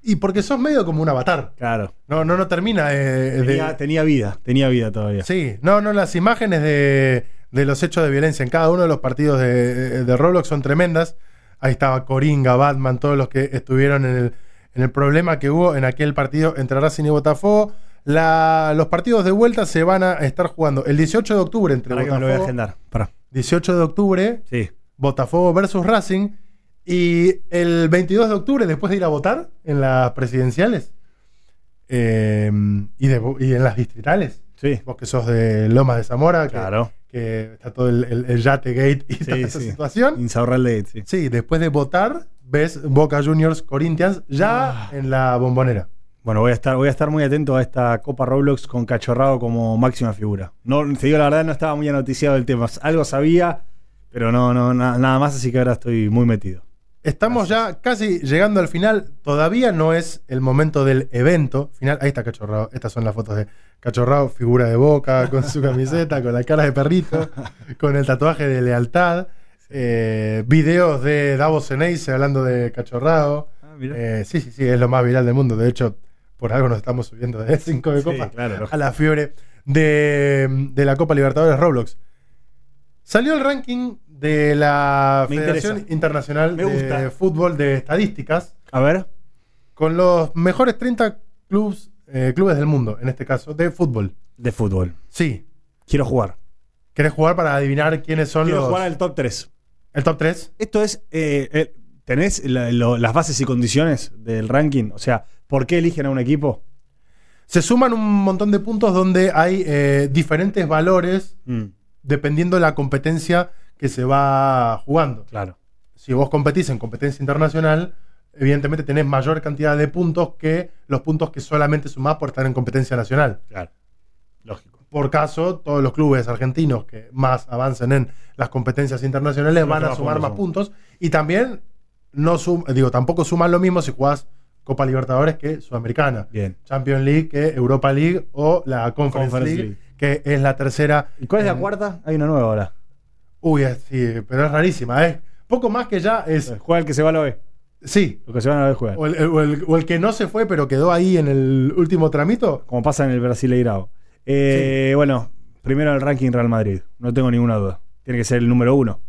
Y porque sos medio como un avatar. Claro. No, no, no termina. eh, de- Tenía, tenía vida, tenía vida todavía. Sí, no, no, las imágenes de, de los hechos de violencia en cada uno de los partidos de, de Roblox son tremendas. Ahí estaba Coringa, Batman, todos los que estuvieron en el, en el problema que hubo en aquel partido entre Racing y Botafogo. La- los partidos de vuelta se van a estar jugando el 18 de octubre entre Pará que me lo voy a Botafogo. agendar. Pará. 18 de octubre, Sí. Botafogo versus Racing. Y el 22 de octubre, después de ir a votar en las presidenciales eh, y, de- y en las distritales, Sí. vos que sos de Lomas de Zamora, que, Claro. que está todo el, el- el Yate Gate y toda esa sí. situación. Insaurralde, sí. Sí, después de votar, ves Boca Juniors Corinthians ya Ah. en la bombonera. Bueno, voy a estar, voy a estar muy atento a esta Copa Roblox con Cachorrado como máxima figura. No, te digo la verdad, no estaba muy anoticiado el tema. Algo sabía, pero no, no, na- nada más, así que ahora estoy muy metido. Estamos ya casi llegando al final. Todavía no es el momento del evento final. Ahí está Cachorrao. Estas son las fotos de Cachorrao, figura de boca, con su camiseta, con la cara de perrito, con el tatuaje de lealtad. Eh, videos de Davos Zeneise hablando de Cachorrao. Ah, mirá. Eh, sí, sí, sí, es lo más viral del mundo. De hecho, por algo nos estamos subiendo de 5 de Sí, copa claro, lógico. a la fiebre de, de la Copa Libertadores Roblox. Salió el ranking de la Me Federación interesa. Internacional Me de gusta. Fútbol de Estadísticas A ver. con los mejores 30 clubs, eh, clubes del mundo, en este caso, de fútbol. De fútbol. Sí. Quiero jugar. ¿Querés jugar para adivinar quiénes son Quiero los. jugar al top 3. El top 3? Esto es. eh, eh, ¿Tenés la- lo- las bases y condiciones del ranking? O sea, ¿por qué eligen a un equipo? Se suman un montón de puntos donde hay eh, diferentes valores Mm, dependiendo la competencia que se va jugando. claro. si vos competís en competencia internacional, evidentemente tenés mayor cantidad de puntos que los puntos que solamente sumás por estar en competencia nacional. Claro. Lógico. Por caso, todos los clubes argentinos que más avancen en las competencias internacionales Los van que a más sumar puntos más puntos. Y también, no sum- digo, tampoco suman lo mismo si jugás Copa Libertadores que Sudamericana, Bien. Champions League que Europa League o la Conference, Conference League, que es la tercera. ¿Y cuál es la en- cuarta? Hay una nueva ahora. Uy, es- sí, pero es rarísima. Es poco más que ya es. Juega el que se va a la B. Sí, Los que se van a la B juegan. O el, o el- o el que no se fue, pero quedó ahí en el último tramito. Como pasa en el Brasileirao. Eh, Bueno, primero el ranking Real Madrid. No tengo ninguna duda. Tiene que ser el número uno.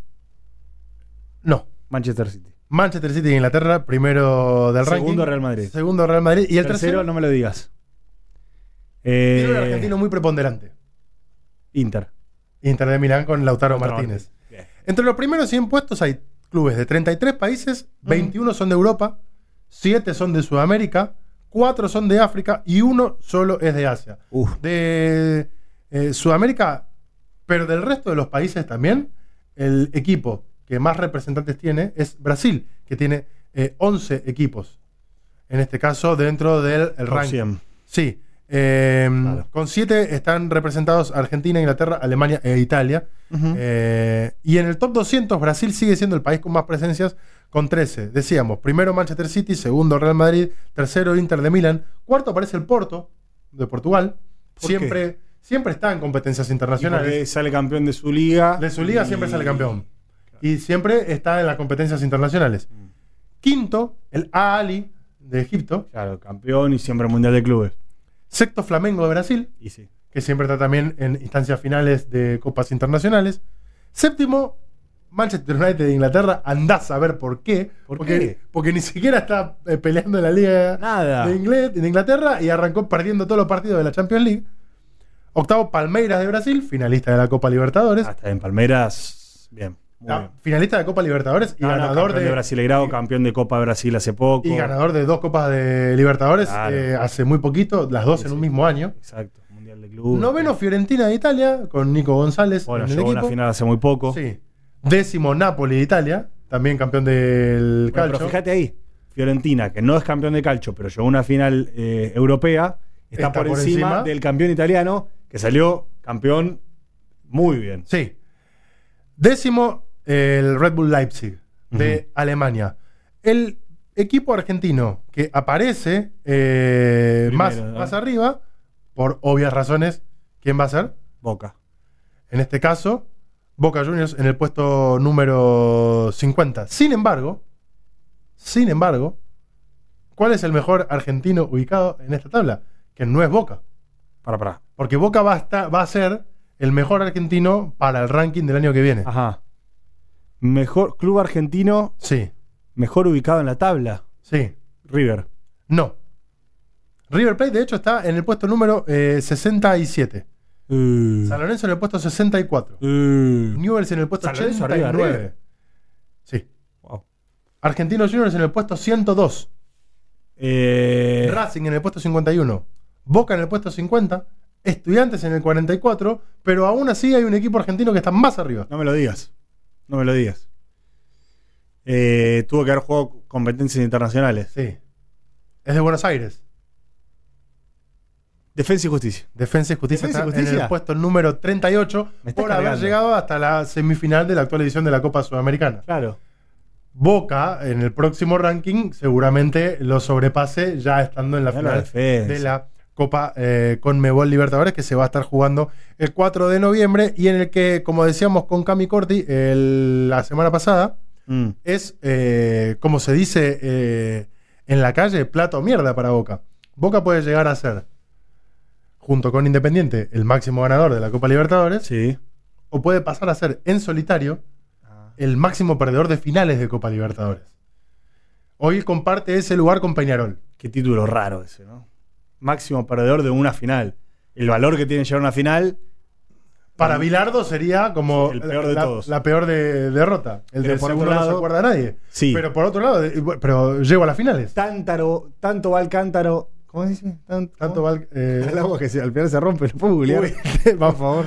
No. Manchester City. Manchester City e Inglaterra, primero del ranking. Segundo Real Madrid. Segundo Real Madrid. Y el tercero, no me lo digas. tiene un Eh, argentino muy preponderante. Inter. Inter de Milán con Lautaro Lautaro Martínez. Bien. Entre los primeros 100 puestos hay clubes de 33 países, Mm. 21 son de Europa, 7 son de Sudamérica, 4 son de África y uno solo es de Asia. Uf. de eh, Sudamérica, pero del resto de los países también, el equipo que más representantes tiene es Brasil, que tiene eh, 11 equipos. En este caso, dentro del el Top ranking. 100. Sí. eh, Claro. Con 7 están representados Argentina, Inglaterra, Alemania e Italia. Ujú. Eh, y en el top 200, Brasil sigue siendo el país con más presencias, con 13. Decíamos, primero Manchester City, segundo Real Madrid, tercero Inter de Milán, cuarto aparece el Porto, de Portugal. ¿Por siempre, siempre está en competencias Y porque internacionales. sale campeón de su liga. De su liga Y- siempre sale campeón. Y siempre está en las competencias internacionales. Mm, Quinto, el Ali de Egipto. Claro, campeón y siempre mundial de clubes. Sexto, Flamengo de Brasil. Y sí. que siempre está también en instancias finales de copas internacionales. Séptimo, Manchester United de Inglaterra, andás a ver por qué. ¿Por porque, qué? porque ni siquiera está eh, peleando en la liga Nada. de, Ingle- de Inglaterra y arrancó perdiendo todos los partidos de la Champions League. Octavo, Palmeiras de Brasil, finalista de la Copa Libertadores. Hasta en Palmeras. Bien. Ah, Muy Ah, bien. finalista de Copa Libertadores y No, no, ganador campeón de, de, Brasileirao, campeón de Copa Brasil hace poco. y ganador de dos Copas de Libertadores Claro. eh, hace muy poquito, las dos Sí, en sí. un mismo año. Exacto, mundial de clubes. Noveno, Fiorentina de Italia, con Nico González Bueno, en el llegó a una equipo. final hace muy poco. Sí. Décimo Napoli de Italia, también campeón del Bueno, pero calcio. fíjate ahí, Fiorentina, que no es campeón de calcio, pero llegó a una final eh, europea, está, por, encima, del campeón italiano, que salió campeón muy bien. Sí. Décimo el Red Bull Leipzig de Alemania. El equipo argentino que aparece eh, Primero, más, ¿no? más arriba, por obvias razones, ¿quién va a ser? Boca. En este caso, Boca Juniors en el puesto número 50. Sin embargo, sin embargo, ¿cuál es el mejor argentino ubicado en esta tabla? Que no es Boca. Para, para. Porque Boca va a, esta- va a ser el mejor argentino para el ranking del año que viene. Ajá. Mejor club argentino, Sí, mejor ubicado en la tabla. sí. River. No. River Plate, de hecho, está en el puesto número eh, 67. Eh, San Lorenzo en el puesto 64. eh, Newells en el puesto San Lorenzo arriba, 89. River. Sí. wow. Argentinos Juniors en el puesto 102. Eh, Racing en el puesto 51. Boca en el puesto 50. Estudiantes en el 44. Pero aún así hay un equipo argentino que está más arriba. No me lo digas. No me lo digas. Eh, tuvo que haber jugado competencias internacionales. Sí. Es de Buenos Aires. Defensa y justicia. Defensa y Justicia Defensa y está en Justicia. el puesto número 38 Me estás por haber cargando. llegado hasta la semifinal de la actual edición de la Copa Sudamericana. Claro. Boca en el próximo ranking seguramente lo sobrepase ya estando en la Ya la final defensa. de la Copa eh, Conmebol Libertadores que se va a estar jugando el 4 de noviembre y en el que, como decíamos con Cami Corti el- la semana pasada, Mm. es, eh, como se dice eh, en la calle, plato mierda para Boca. Boca puede llegar a ser, junto con Independiente, el máximo ganador de la Copa Libertadores, Sí. o puede pasar a ser en solitario Ah. el máximo perdedor de finales de Copa Libertadores. Hoy comparte ese lugar con Peñarol. Qué título raro ese, ¿no? Máximo perdedor de una final. El valor que tiene llegar a una final. Para Bilardo sería como Mm. El peor de la, todos. la peor de- derrota. El Pero de por seguro otro no se lado- acuerda a nadie. Sí. Pero por otro lado, eh, bueno, pero llego a las finales. Tántaro, tanto va el cántaro. ¿Cómo se dice? Tan- Tanto ¿cómo? va el, eh, el agua que se, al final se rompe. ¿Lo puedo googlear? uy, Por va- favor.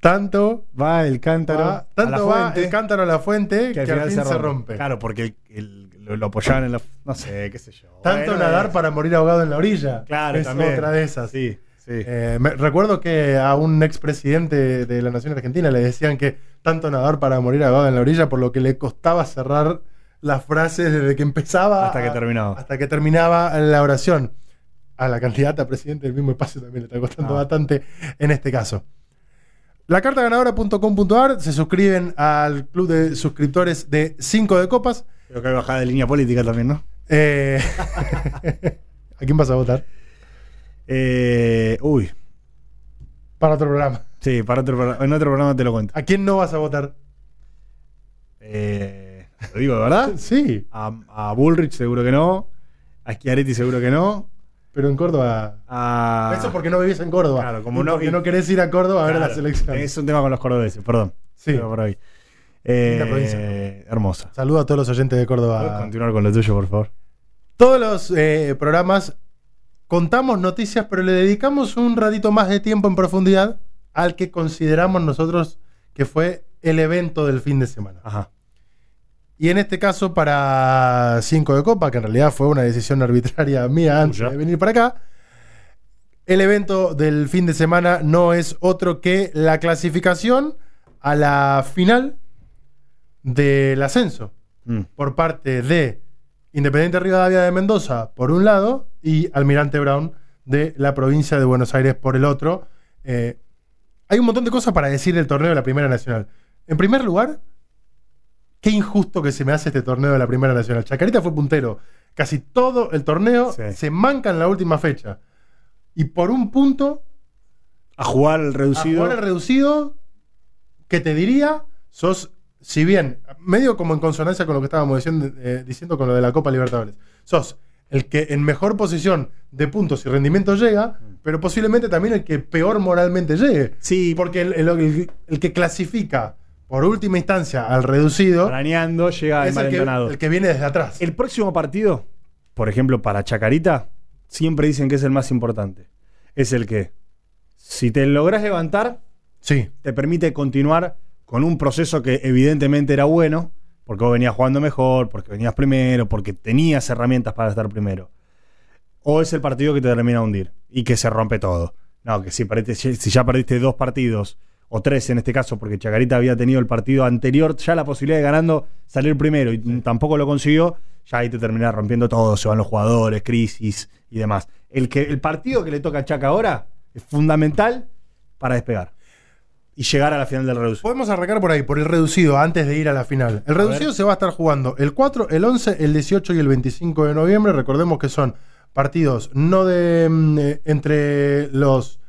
tanto Va el cántaro. va, a la tanto va fuente, el cántaro a la fuente que, al, fin se rompe. Claro, porque el- el- lo, lo apoyaban en la. No sé, qué sé yo. Tanto Bueno, nadar es- para morir ahogado en la orilla. Claro, es también. otra de esas. Sí, sí. Eh, me- recuerdo que a un expresidente de la Nación Argentina le decían que tanto nadar para morir ahogado en la orilla, por lo que le costaba cerrar las frases desde que empezaba hasta que a- terminaba. hasta que terminaba la oración. A la candidata a presidente del mismo espacio también le está costando Ah. bastante en este caso. La carta ganadora.com.ar se suscriben al club de suscriptores de 5 de copas. Creo que hay bajada de línea política también, ¿no? Eh, ¿A quién vas a votar? Eh, uy. Para otro programa. Sí, para otro, pro- en otro programa te lo cuento. ¿A quién no vas a votar? Eh, lo digo de verdad. Sí, A, a Bullrich seguro que no. A Schiaretti seguro que no. pero en Córdoba. A... Eso porque no vivís en Córdoba. Claro, como Y no- porque y- Ah. no querés ir a Córdoba a ver Claro, la selección. Es un tema con los cordobeses, perdón. Sí. Pero por ahí. Eh, Linda provincia. Ah. Hermosa. Saludo a todos los oyentes de ¿Puedes Córdoba. continuar con lo tuyo, por favor? Todos los eh, programas contamos noticias, pero le dedicamos un ratito más de tiempo en profundidad al que consideramos nosotros que fue el evento del fin de semana. Ajá. Y en este caso para 5 de Copa, que en realidad fue una decisión arbitraria mía antes Tuya. de venir para acá, el evento del fin de semana no es otro que la clasificación a la final del ascenso Mm. por parte de Independiente Rivadavia de Mendoza, por un lado, y Almirante Brown de la provincia de Buenos Aires, por el otro. Eh, hay un montón de cosas para decir del torneo de la Primera Nacional. En primer lugar, qué injusto que se me hace este torneo de la Primera Nacional. Chacarita fue puntero casi todo el torneo, Sí. se manca en la última fecha. Y por un punto, A jugar el reducido. Ahora el reducido, que te diría, sos, si bien, medio como en consonancia con lo que estábamos diciendo, eh, diciendo con lo de la Copa Libertadores, sos el que en mejor posición de puntos y rendimiento llega, Mm. pero posiblemente también el que peor moralmente llegue. Sí, Porque el, el- el- el que clasifica por última instancia al reducido planeando llega el es el que, malentonado. el que viene desde atrás. El próximo partido, por ejemplo, para Chacarita, siempre dicen que es el más importante. Es el que, si te logras levantar, sí, te permite continuar con un proceso que evidentemente era bueno, porque vos venías jugando mejor, porque venías primero, porque tenías herramientas para estar primero. O es el partido que te termina a hundir y que se rompe todo. No, que si, perdiste- si ya perdiste dos partidos, o tres en este caso, porque Chacarita había tenido el partido anterior ya la posibilidad de ganando salir primero y tampoco lo consiguió, ya ahí te termina rompiendo todo, se van los jugadores, crisis y demás. El, que, el partido que le toca a Chaca ahora es fundamental para despegar y llegar a la final del reducido. Podemos arrancar por ahí, por el reducido, antes de ir a la final. El reducido se va a estar jugando el 4, el 11, el 18 y el 25 de noviembre. Recordemos que son partidos no de mm, eh, entre los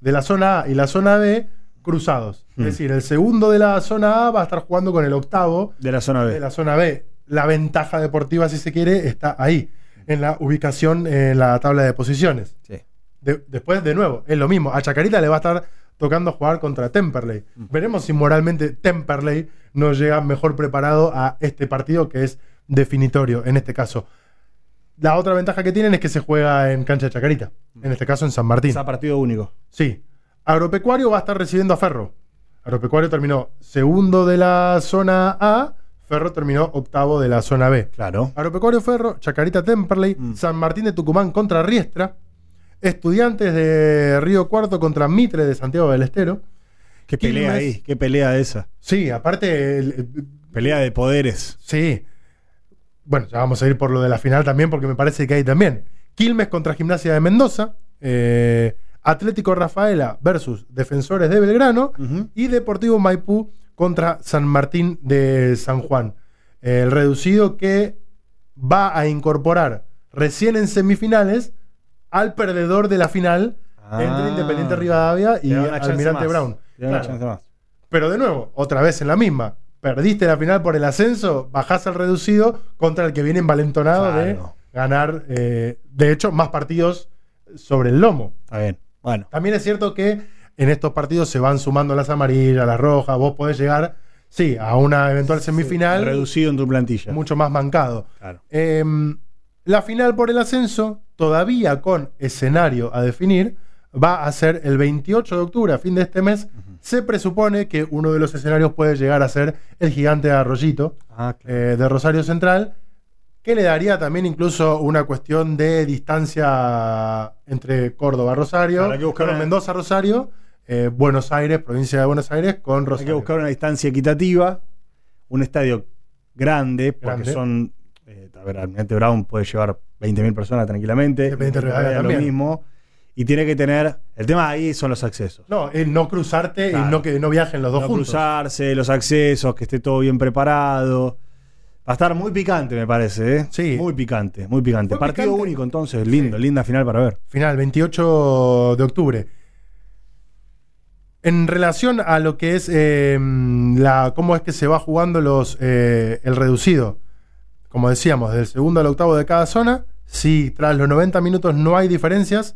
de la zona A y la zona B cruzados. Mm. Es decir, el segundo de la zona A va a estar jugando con el octavo De la zona B. de la zona B. La ventaja deportiva, si se quiere, está ahí, en la ubicación eh, en la tabla de posiciones. Sí. De- después, de nuevo, es lo mismo. A Chacarita le va a estar tocando jugar contra Temperley. Veremos si moralmente Temperley no llega mejor preparado a este partido que es definitorio en este caso. La otra ventaja que tienen es que se juega en cancha de Chacarita, en este caso en San Martín. Está partido único. Sí. Agropecuario va a estar recibiendo a Ferro. Agropecuario terminó segundo de la zona A, Ferro terminó octavo de la zona B. Claro. Agropecuario Ferro, Chacarita Temperley, Mm. San Martín de Tucumán contra Riestra, Estudiantes de Río Cuarto contra Mitre de Santiago del Estero. Qué pelea Quilmes. ahí, qué pelea esa. Sí, aparte, el- el- Pelea de poderes. sí. bueno, ya vamos a ir por lo de la final también, porque me parece que hay también. Quilmes contra Gimnasia de Mendoza, eh, Atlético Rafaela versus Defensores de Belgrano Ujú. y Deportivo Maipú contra San Martín de San Juan. El reducido que va a incorporar recién en semifinales al perdedor de la final entre Ah. Independiente Rivadavia y Le da una chance Almirante más. Brown. Le da una Claro. chance más. Pero de nuevo, otra vez en la misma. Perdiste la final por el ascenso, bajás al reducido contra el que viene envalentonado Claro. de ganar, eh, de hecho, más partidos sobre el lomo. Está bien. Bueno. También es cierto que en estos partidos se van sumando las amarillas, las rojas, vos podés llegar, sí, a una eventual semifinal Reducido en tu plantilla. mucho más mancado. Claro. Eh, la final por el ascenso, todavía con escenario a definir, va a ser el 28 de octubre, a fin de este mes. Se presupone que uno de los escenarios puede llegar a ser el gigante de Arroyito Ah, claro. eh, de Rosario Central, que le daría también incluso una cuestión de distancia entre Córdoba-Rosario, Claro, hay que buscar una- Mendoza-Rosario, eh, Buenos Aires, provincia de Buenos Aires, con Hay que Rosario. buscar una distancia equitativa, un estadio grande, porque Grande. son. eh, a ver, Almirante Brown puede llevar 20.000 personas tranquilamente. Independiente Rivadavia Rivadavia también. Lo mismo. Y tiene que tener. El tema ahí son los accesos. No, eh, no cruzarte Claro. y no que no viajen los dos No juntos. cruzarse, los accesos, que esté todo bien preparado. Va a estar muy picante, me parece. ¿eh? Sí. Muy picante, muy picante. Muy Partido picante. único, entonces. Lindo, linda final para ver. Final, 28 de octubre. En relación a lo que es eh, la cómo es que se va jugando los eh, el reducido, como decíamos, del segundo al octavo de cada zona, si tras los 90 minutos no hay diferencias,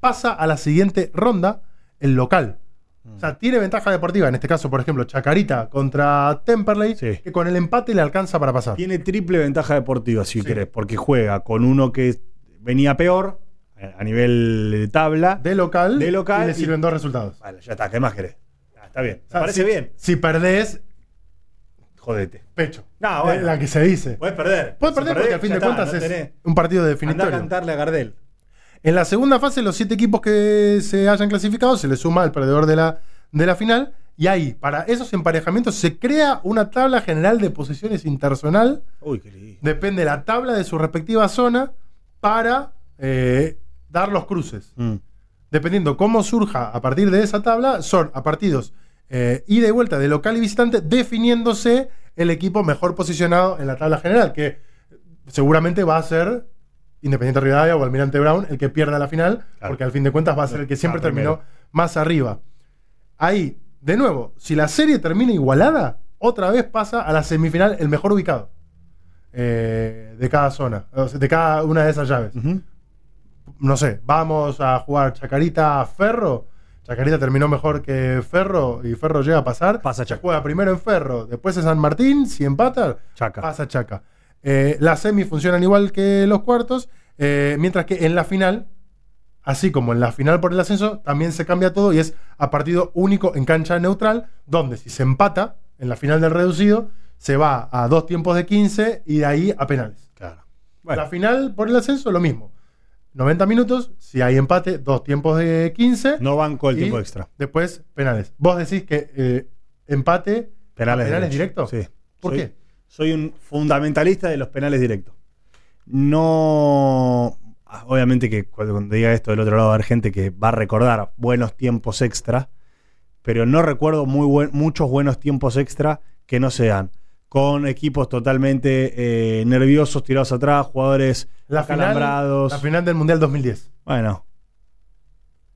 pasa a la siguiente ronda el local. O Mm. sea, tiene ventaja deportiva, en este caso, por ejemplo, Chacarita contra Temperley, Sí. que con el empate le alcanza para pasar. Tiene triple ventaja deportiva, si Sí. querés, porque juega con uno que venía peor eh, a nivel de tabla. De local, De local y le y- sirven dos resultados. Vale, ya está, ¿qué más querés? Ah, está bien. Me sea, parece bien. Si perdés, Jodete. pecho. No, bueno. Eh, La que se dice. Puedes perder. Puedes Si perder porque al fin ya de está, cuentas no es tenés. un partido Andá a definitorio. cantarle a Gardel. En la segunda fase, los siete equipos que se hayan clasificado se le suma al perdedor de la, de la final. Y ahí, para esos emparejamientos, se crea una tabla general de posiciones interzonal. Uy, qué lindo. Depende la tabla de su respectiva zona para eh, dar los cruces. Mm. Dependiendo cómo surja a partir de esa tabla, son a partidos eh, ida y vuelta de local y visitante, definiéndose el equipo mejor posicionado en la tabla general, que seguramente va a ser Independiente Rivadavia o Almirante Brown el que pierda la final, Claro. porque al fin de cuentas va a ser el que siempre Ah, primero. terminó más arriba. Ahí, de nuevo, si la serie termina igualada, otra vez pasa a la semifinal el mejor ubicado eh, de cada zona, o sea, de cada una de esas llaves Ujú. no sé, vamos a jugar Chacarita Ferro. Chacarita terminó mejor que Ferro y Ferro llega a pasar. Pasa Se Chaca. juega primero en Ferro, después en San Martín, si empatan, Chaca. pasa Chaca. Eh, las semis funcionan igual que los cuartos, eh, mientras que en la final, así como en la final por el ascenso, también se cambia todo y es a partido único en cancha neutral, donde si se empata en la final del reducido, se va a dos tiempos de 15 y de ahí a penales. Claro. Bueno, La final por el ascenso, lo mismo. 90 minutos, si hay empate, dos tiempos de 15, no banco el Y- tiempo extra. después penales. Vos decís que eh, empate, Penales, penales directos. directo? Sí. ¿por Soy- qué? Soy un fundamentalista de los penales directos. No. ah, Obviamente que cuando cuando diga esto del otro lado va a haber gente que va a recordar buenos tiempos extra, pero no recuerdo muy buen- muchos buenos tiempos extra que no sean. Con equipos totalmente eh, nerviosos, tirados atrás, jugadores La final, acalambrados. la final del Mundial 2010, Bueno,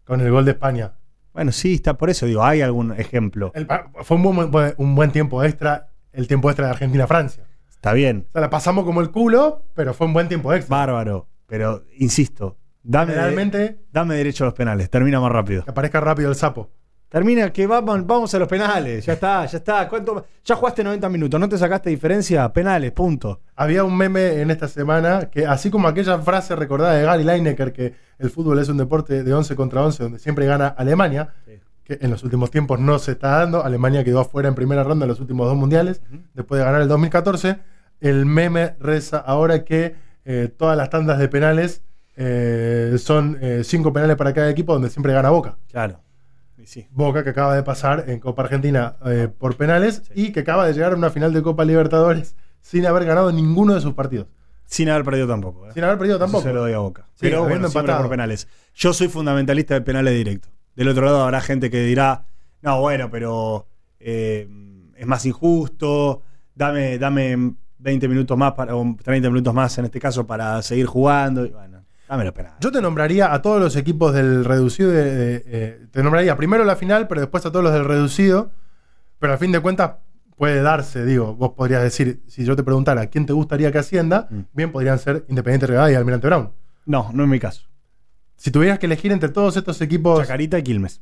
con el gol de España. bueno, sí, está por eso. Digo, hay algún ejemplo. El- ah, fue un buen, un buen tiempo extra, el tiempo extra de Argentina-Francia. Está bien, O sea, la pasamos como el culo, pero fue un buen tiempo extra. bárbaro, pero insisto, dame, Generalmente, dame derecho a los penales, termina más rápido. que aparezca rápido el sapo. Termina que vamos, vamos a los penales. Ya está, ya está. ¿Cuánto, más? ya jugaste 90 minutos, no te sacaste diferencia. Penales, punto. Había un meme en esta semana que, así como aquella frase recordada de Gary Lineker, que el fútbol es un deporte de 11 contra 11, donde siempre gana Alemania, Sí. que en los últimos tiempos no se está dando. Alemania quedó afuera en primera ronda en los últimos dos mundiales, después de ganar el 2014. El meme reza ahora que eh, todas las tandas de penales eh, son eh, cinco penales para cada equipo, donde siempre gana Boca. Claro. Y sí. Boca que acaba de pasar en Copa Argentina eh, por penales y que acaba de llegar a una final de Copa Libertadores sin haber ganado ninguno de sus partidos. Sin haber perdido tampoco. ¿eh? Sin haber perdido Eso tampoco. se lo doy a Boca. Sí, pero bueno, habiendo siempre empatado. por penales. Yo soy fundamentalista de penales directos. Del otro lado habrá gente que dirá, no, bueno, pero eh, es más injusto, dame, dame 20 minutos más para, o 30 minutos más en este caso para seguir jugando. Y bueno, dame los penales. Yo te nombraría a todos los equipos del reducido. de- de- eh, te nombraría primero la final, pero después a todos los del reducido. Pero a fin de cuentas puede darse, digo. Vos podrías decir, si yo te preguntara quién te gustaría que ascienda, Mm. bien podrían ser Independiente Rivadavia y Almirante Brown. no, no es mi caso. Si tuvieras que elegir entre todos estos equipos, Chacarita y Quilmes.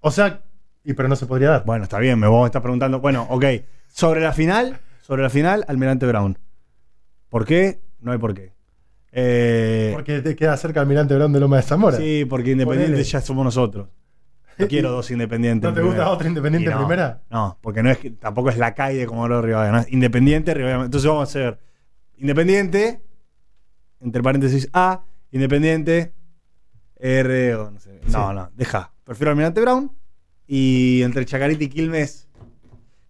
o sea, y pero no se podría dar. Bueno, está bien, me vos me estás preguntando. Bueno, ok. Sobre la final, sobre la final, Almirante Brown. ¿Por qué? No hay por qué. Eh, Porque te queda cerca Almirante Brown de Loma de Zamora. Sí, porque Independiente Ponele. ya somos nosotros. No quiero dos Independientes. ¿No en te gusta primera. otra Independiente Y no, primera? No, porque no es que, tampoco es la calle como lo de Rivadavia. ¿no? Independiente, Rivadavia. Entonces vamos a hacer Independiente, entre paréntesis A, Independiente, R o no sé. No, Sí. no, deja. Prefiero Almirante Brown y entre Chacarita y Quilmes,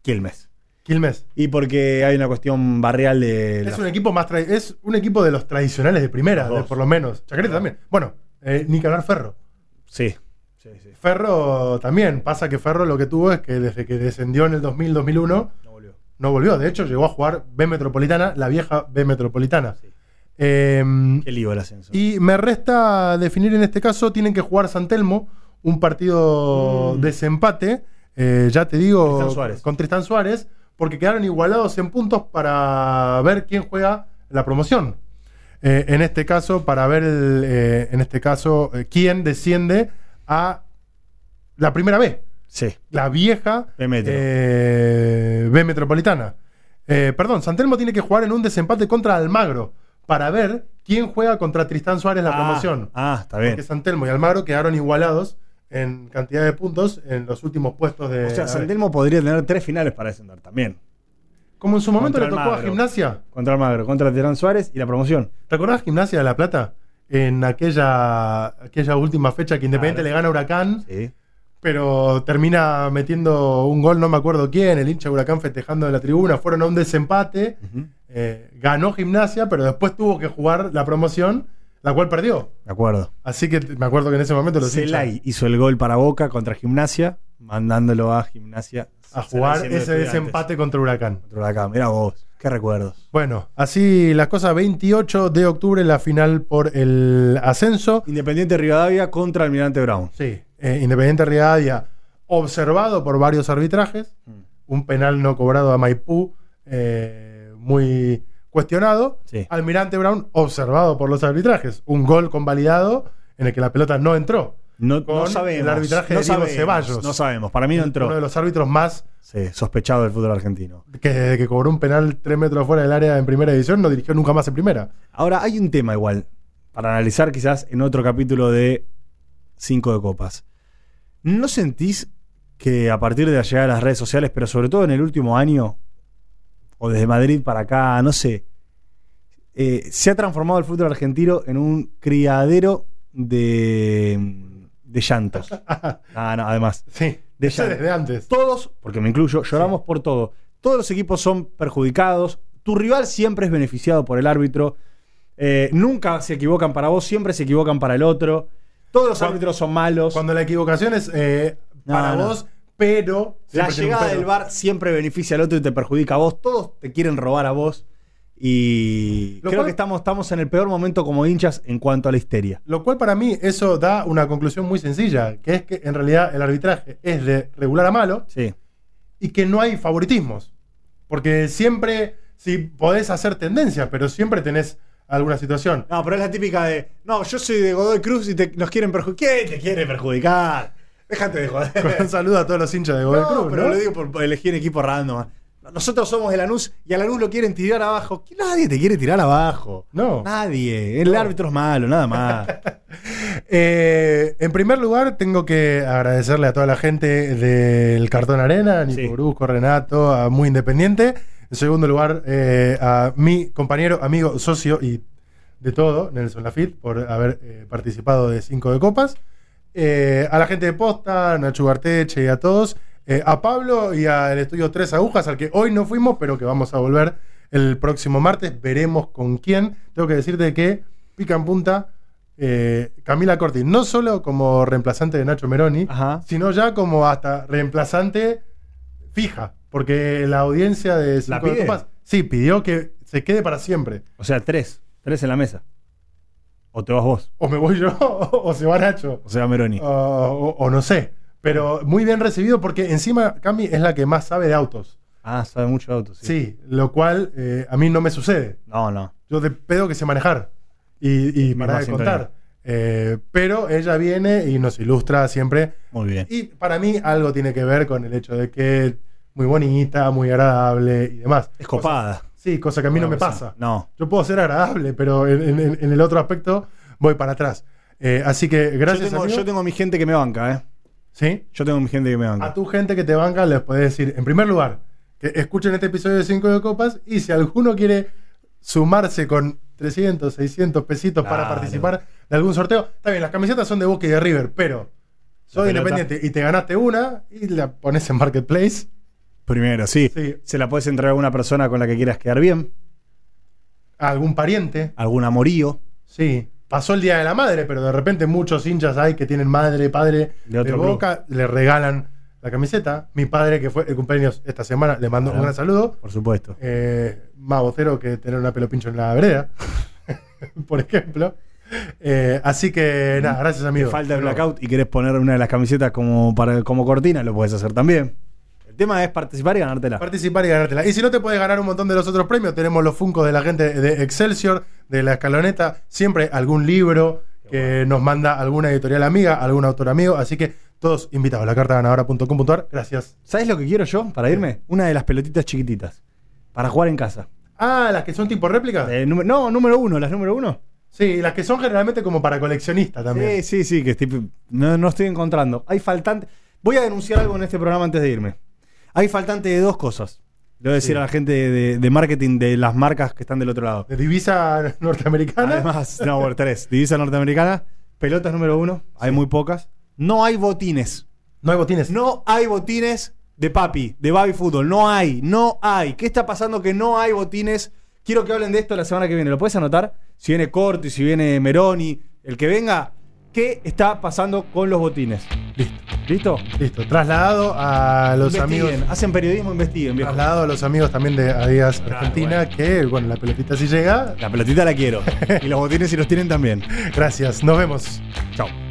Quilmes. Quilmes. Y porque hay una cuestión barrial de... la- Es un equipo más tra- es un equipo de los tradicionales de primera, Los dos. de- por lo menos. Chacarita también. Bueno, eh, ni que hablar Ferro. Sí, sí, sí. Ferro también. Pasa que Ferro lo que tuvo es que desde que descendió en el 2000-2001 No volvió. no volvió. De hecho, llegó a jugar B Metropolitana, la vieja B Metropolitana. Sí. Eh, Qué lío el ascenso. y me resta definir en este caso, tienen que jugar San Telmo, un partido Mm. desempate, eh, ya te digo, Tristán Suárez. con Tristán Suárez, porque quedaron igualados en puntos para ver quién juega la promoción. Eh, en este caso, para ver el, eh, en este caso, eh, quién desciende a la primera B Sí. la vieja B Metro. eh, B Metropolitana. Eh, perdón, Santelmo tiene que jugar en un desempate contra Almagro para ver quién juega contra Tristán Suárez la Ah, promoción. Ah, está bien. Porque Santelmo y Almagro quedaron igualados en cantidad de puntos en los últimos puestos de. O sea, la B. Santelmo podría tener tres finales para descender también. Como en su momento le Contra tocó a Almagro. Gimnasia. Contra Almagro, contra Terán Suárez y la promoción. ¿Recordás Gimnasia de La Plata? En aquella, aquella última fecha que Independiente Claro. le gana a Huracán, Sí. pero termina metiendo un gol, no me acuerdo quién, el hincha de Huracán festejando en la tribuna. Fueron a un desempate. Eh, ganó gimnasia, pero después tuvo que jugar la promoción, la cual perdió. De acuerdo. Así que me acuerdo que en ese momento los Celay hinchas hizo el gol para Boca contra Gimnasia, mandándolo a Gimnasia a jugar siendo ese estudiantes. desempate contra Huracán. Contra Huracán. Mira vos, qué recuerdos. Bueno, así las cosas, 28 de octubre la final por el ascenso. Independiente Rivadavia contra Almirante Brown. Sí, eh, Independiente Rivadavia observado por varios arbitrajes, un penal no cobrado a Maipú eh, muy cuestionado. Sí. Almirante Brown observado por los arbitrajes, un gol convalidado en el que la pelota no entró. No, Con no sabemos. el arbitraje no de Diego sabemos, Ceballos. No sabemos. Para mí no Uno de entró. los árbitros más Sí, sospechado del fútbol argentino. que desde que cobró un penal tres metros fuera del área en primera división no dirigió nunca más en primera. Ahora, hay un tema igual para analizar quizás en otro capítulo de Cinco de Copas. ¿No sentís que a partir de la llegada de las redes sociales, pero sobre todo en el último año, o desde Madrid para acá, no sé, eh, se ha transformado el fútbol argentino en un criadero de, de llantos? Ah, no, además. Sí, De eso ya. desde antes. Todos, porque me incluyo, lloramos Sí. por todo. Todos los equipos son perjudicados. Tu rival siempre es beneficiado por el árbitro. Eh, nunca se equivocan para vos, siempre se equivocan para el otro. Todos los Cuando- árbitros son malos. Cuando la equivocación es eh, No, para no. vos, pero la siempre tiene un llegada pero. del bar siempre beneficia al otro y te perjudica a vos. Todos te quieren robar a vos. Y Lo creo cual- que estamos, estamos en el peor momento como hinchas en cuanto a la histeria. Lo cual para mí eso da una conclusión muy sencilla, que es que en realidad el arbitraje es de regular a malo Sí. y que no hay favoritismos. Porque siempre, si podés hacer tendencias, pero siempre tenés alguna situación. No, pero es la típica de. No, yo soy de Godoy Cruz y te- nos quieren perjudicar. ¿Quién te quiere perjudicar? Déjate de joder. Un saludo a todos los hinchas de Godoy No, Cruz. pero ¿no? lo digo por, por elegir equipo random. ah. Nosotros somos el Lanús y a Lanús lo quieren tirar abajo. Que Nadie te quiere tirar abajo. No. Nadie. El árbitro es malo, nada más. Eh, en primer lugar, tengo que agradecerle a toda la gente del Cartón Arena, Nico Sí. Brusco, Renato, a Muy Independiente. En segundo lugar, eh, a mi compañero, amigo, socio y de todo, Nelson Lafitte, por haber eh, participado de Cinco de Copas. Eh, a la gente de Posta, Nacho Garteche y a todos. eh, a Pablo y al estudio Tres Agujas, al que hoy no fuimos, pero que vamos a volver el próximo martes. Veremos con quién. Tengo que decirte que pica en punta eh, Camila Corti, no solo como reemplazante de Nacho Meroni, Ajá. sino ya como hasta reemplazante fija, porque la audiencia de ¿La Cinco de pide? Copas sí pidió que se quede para siempre. O sea, tres. Tres en la mesa. O te vas vos. O me voy yo, o se va Nacho. O sea, Meroni. Ah. o, o no sé. Pero muy bien recibido porque encima Cami es la que más sabe de autos. Ah, sabe mucho de autos. Sí, lo cual eh, a mí no me sucede. No, no. Yo de pedo que sé manejar y, y Misma para de sintonía. contar. Eh, pero ella viene y nos ilustra siempre. Muy bien. Y para mí algo tiene que ver con el hecho de que muy bonita, muy agradable y demás. Es copada. Cosa- sí, cosa que a mí no me Bueno, pues, pasa. No. Yo puedo ser agradable, pero en, en- en el otro aspecto voy para atrás. Eh, así que gracias. yo, tengo, amigo. yo tengo mi gente que me banca, ¿eh? Sí. Yo tengo mi gente que me banca. A tu gente que te banca les podés decir, en primer lugar, que escuchen este episodio de 5 de Copas y si alguno quiere sumarse con 300, 600 pesitos para Claro. participar de algún sorteo, está bien, las camisetas son de Boca y de River, pero soy pelota. independiente y te ganaste una y la pones en Marketplace. Primero, sí. Sí, Se la puedes entregar a una persona con la que quieras quedar bien. a algún pariente, Algún amorío. sí. Pasó el Día de la Madre, pero de repente muchos hinchas hay que tienen madre, padre De de, otro club. Boca, le regalan la camiseta. Mi padre, que fue el cumpleaños esta semana, le mando un Ah. gran saludo. Por supuesto. eh, más botero que tener una pelo pincho en la vereda, por ejemplo. Eh, así que nada, gracias Mm. Te amigo. falta el No. blackout y querés poner una de las camisetas como, para, como cortina, lo puedes hacer también. El tema es participar y ganártela. Participar y ganártela. Y si no te puedes ganar un montón de los otros premios, tenemos los funcos de la gente de Excelsior, de la escaloneta, siempre algún libro que nos manda alguna editorial amiga, algún autor amigo. Así que todos invitados a la carta ganadora.com.ar. Gracias. ¿Sabes lo que quiero yo para irme? Una de las pelotitas chiquititas. Para jugar en casa. Ah, las que son tipo réplica. Eh, número- no, número uno, las número uno. Sí, las que son generalmente como para coleccionista también. Sí, sí, sí, que estoy- no, no estoy encontrando. Hay faltante. Voy a denunciar algo en este programa antes de irme. Hay faltante de dos cosas. Le voy a decir Sí. a la gente de, de marketing de las marcas que están del otro lado. De divisa norteamericana. Además, no, por tres. Divisa norteamericana, pelotas número uno, hay muy pocas. No hay botines. no hay botines. No hay botines de papi, de baby fútbol. No hay, no hay. ¿Qué está pasando que no hay botines? Quiero que hablen de esto la semana que viene. ¿Lo puedes anotar? Si viene Corti, si viene Meroni, el que venga. ¿Qué está pasando con los botines? Listo. ¿Listo? Listo, trasladado a los Investiguen. amigos. Hacen periodismo, investiguen. viejo. Trasladado a los amigos también de Adidas Claro, Argentina, bueno. que bueno, la pelotita si llega. La pelotita la quiero. y los botines si los tienen también. Gracias, nos vemos. Chao.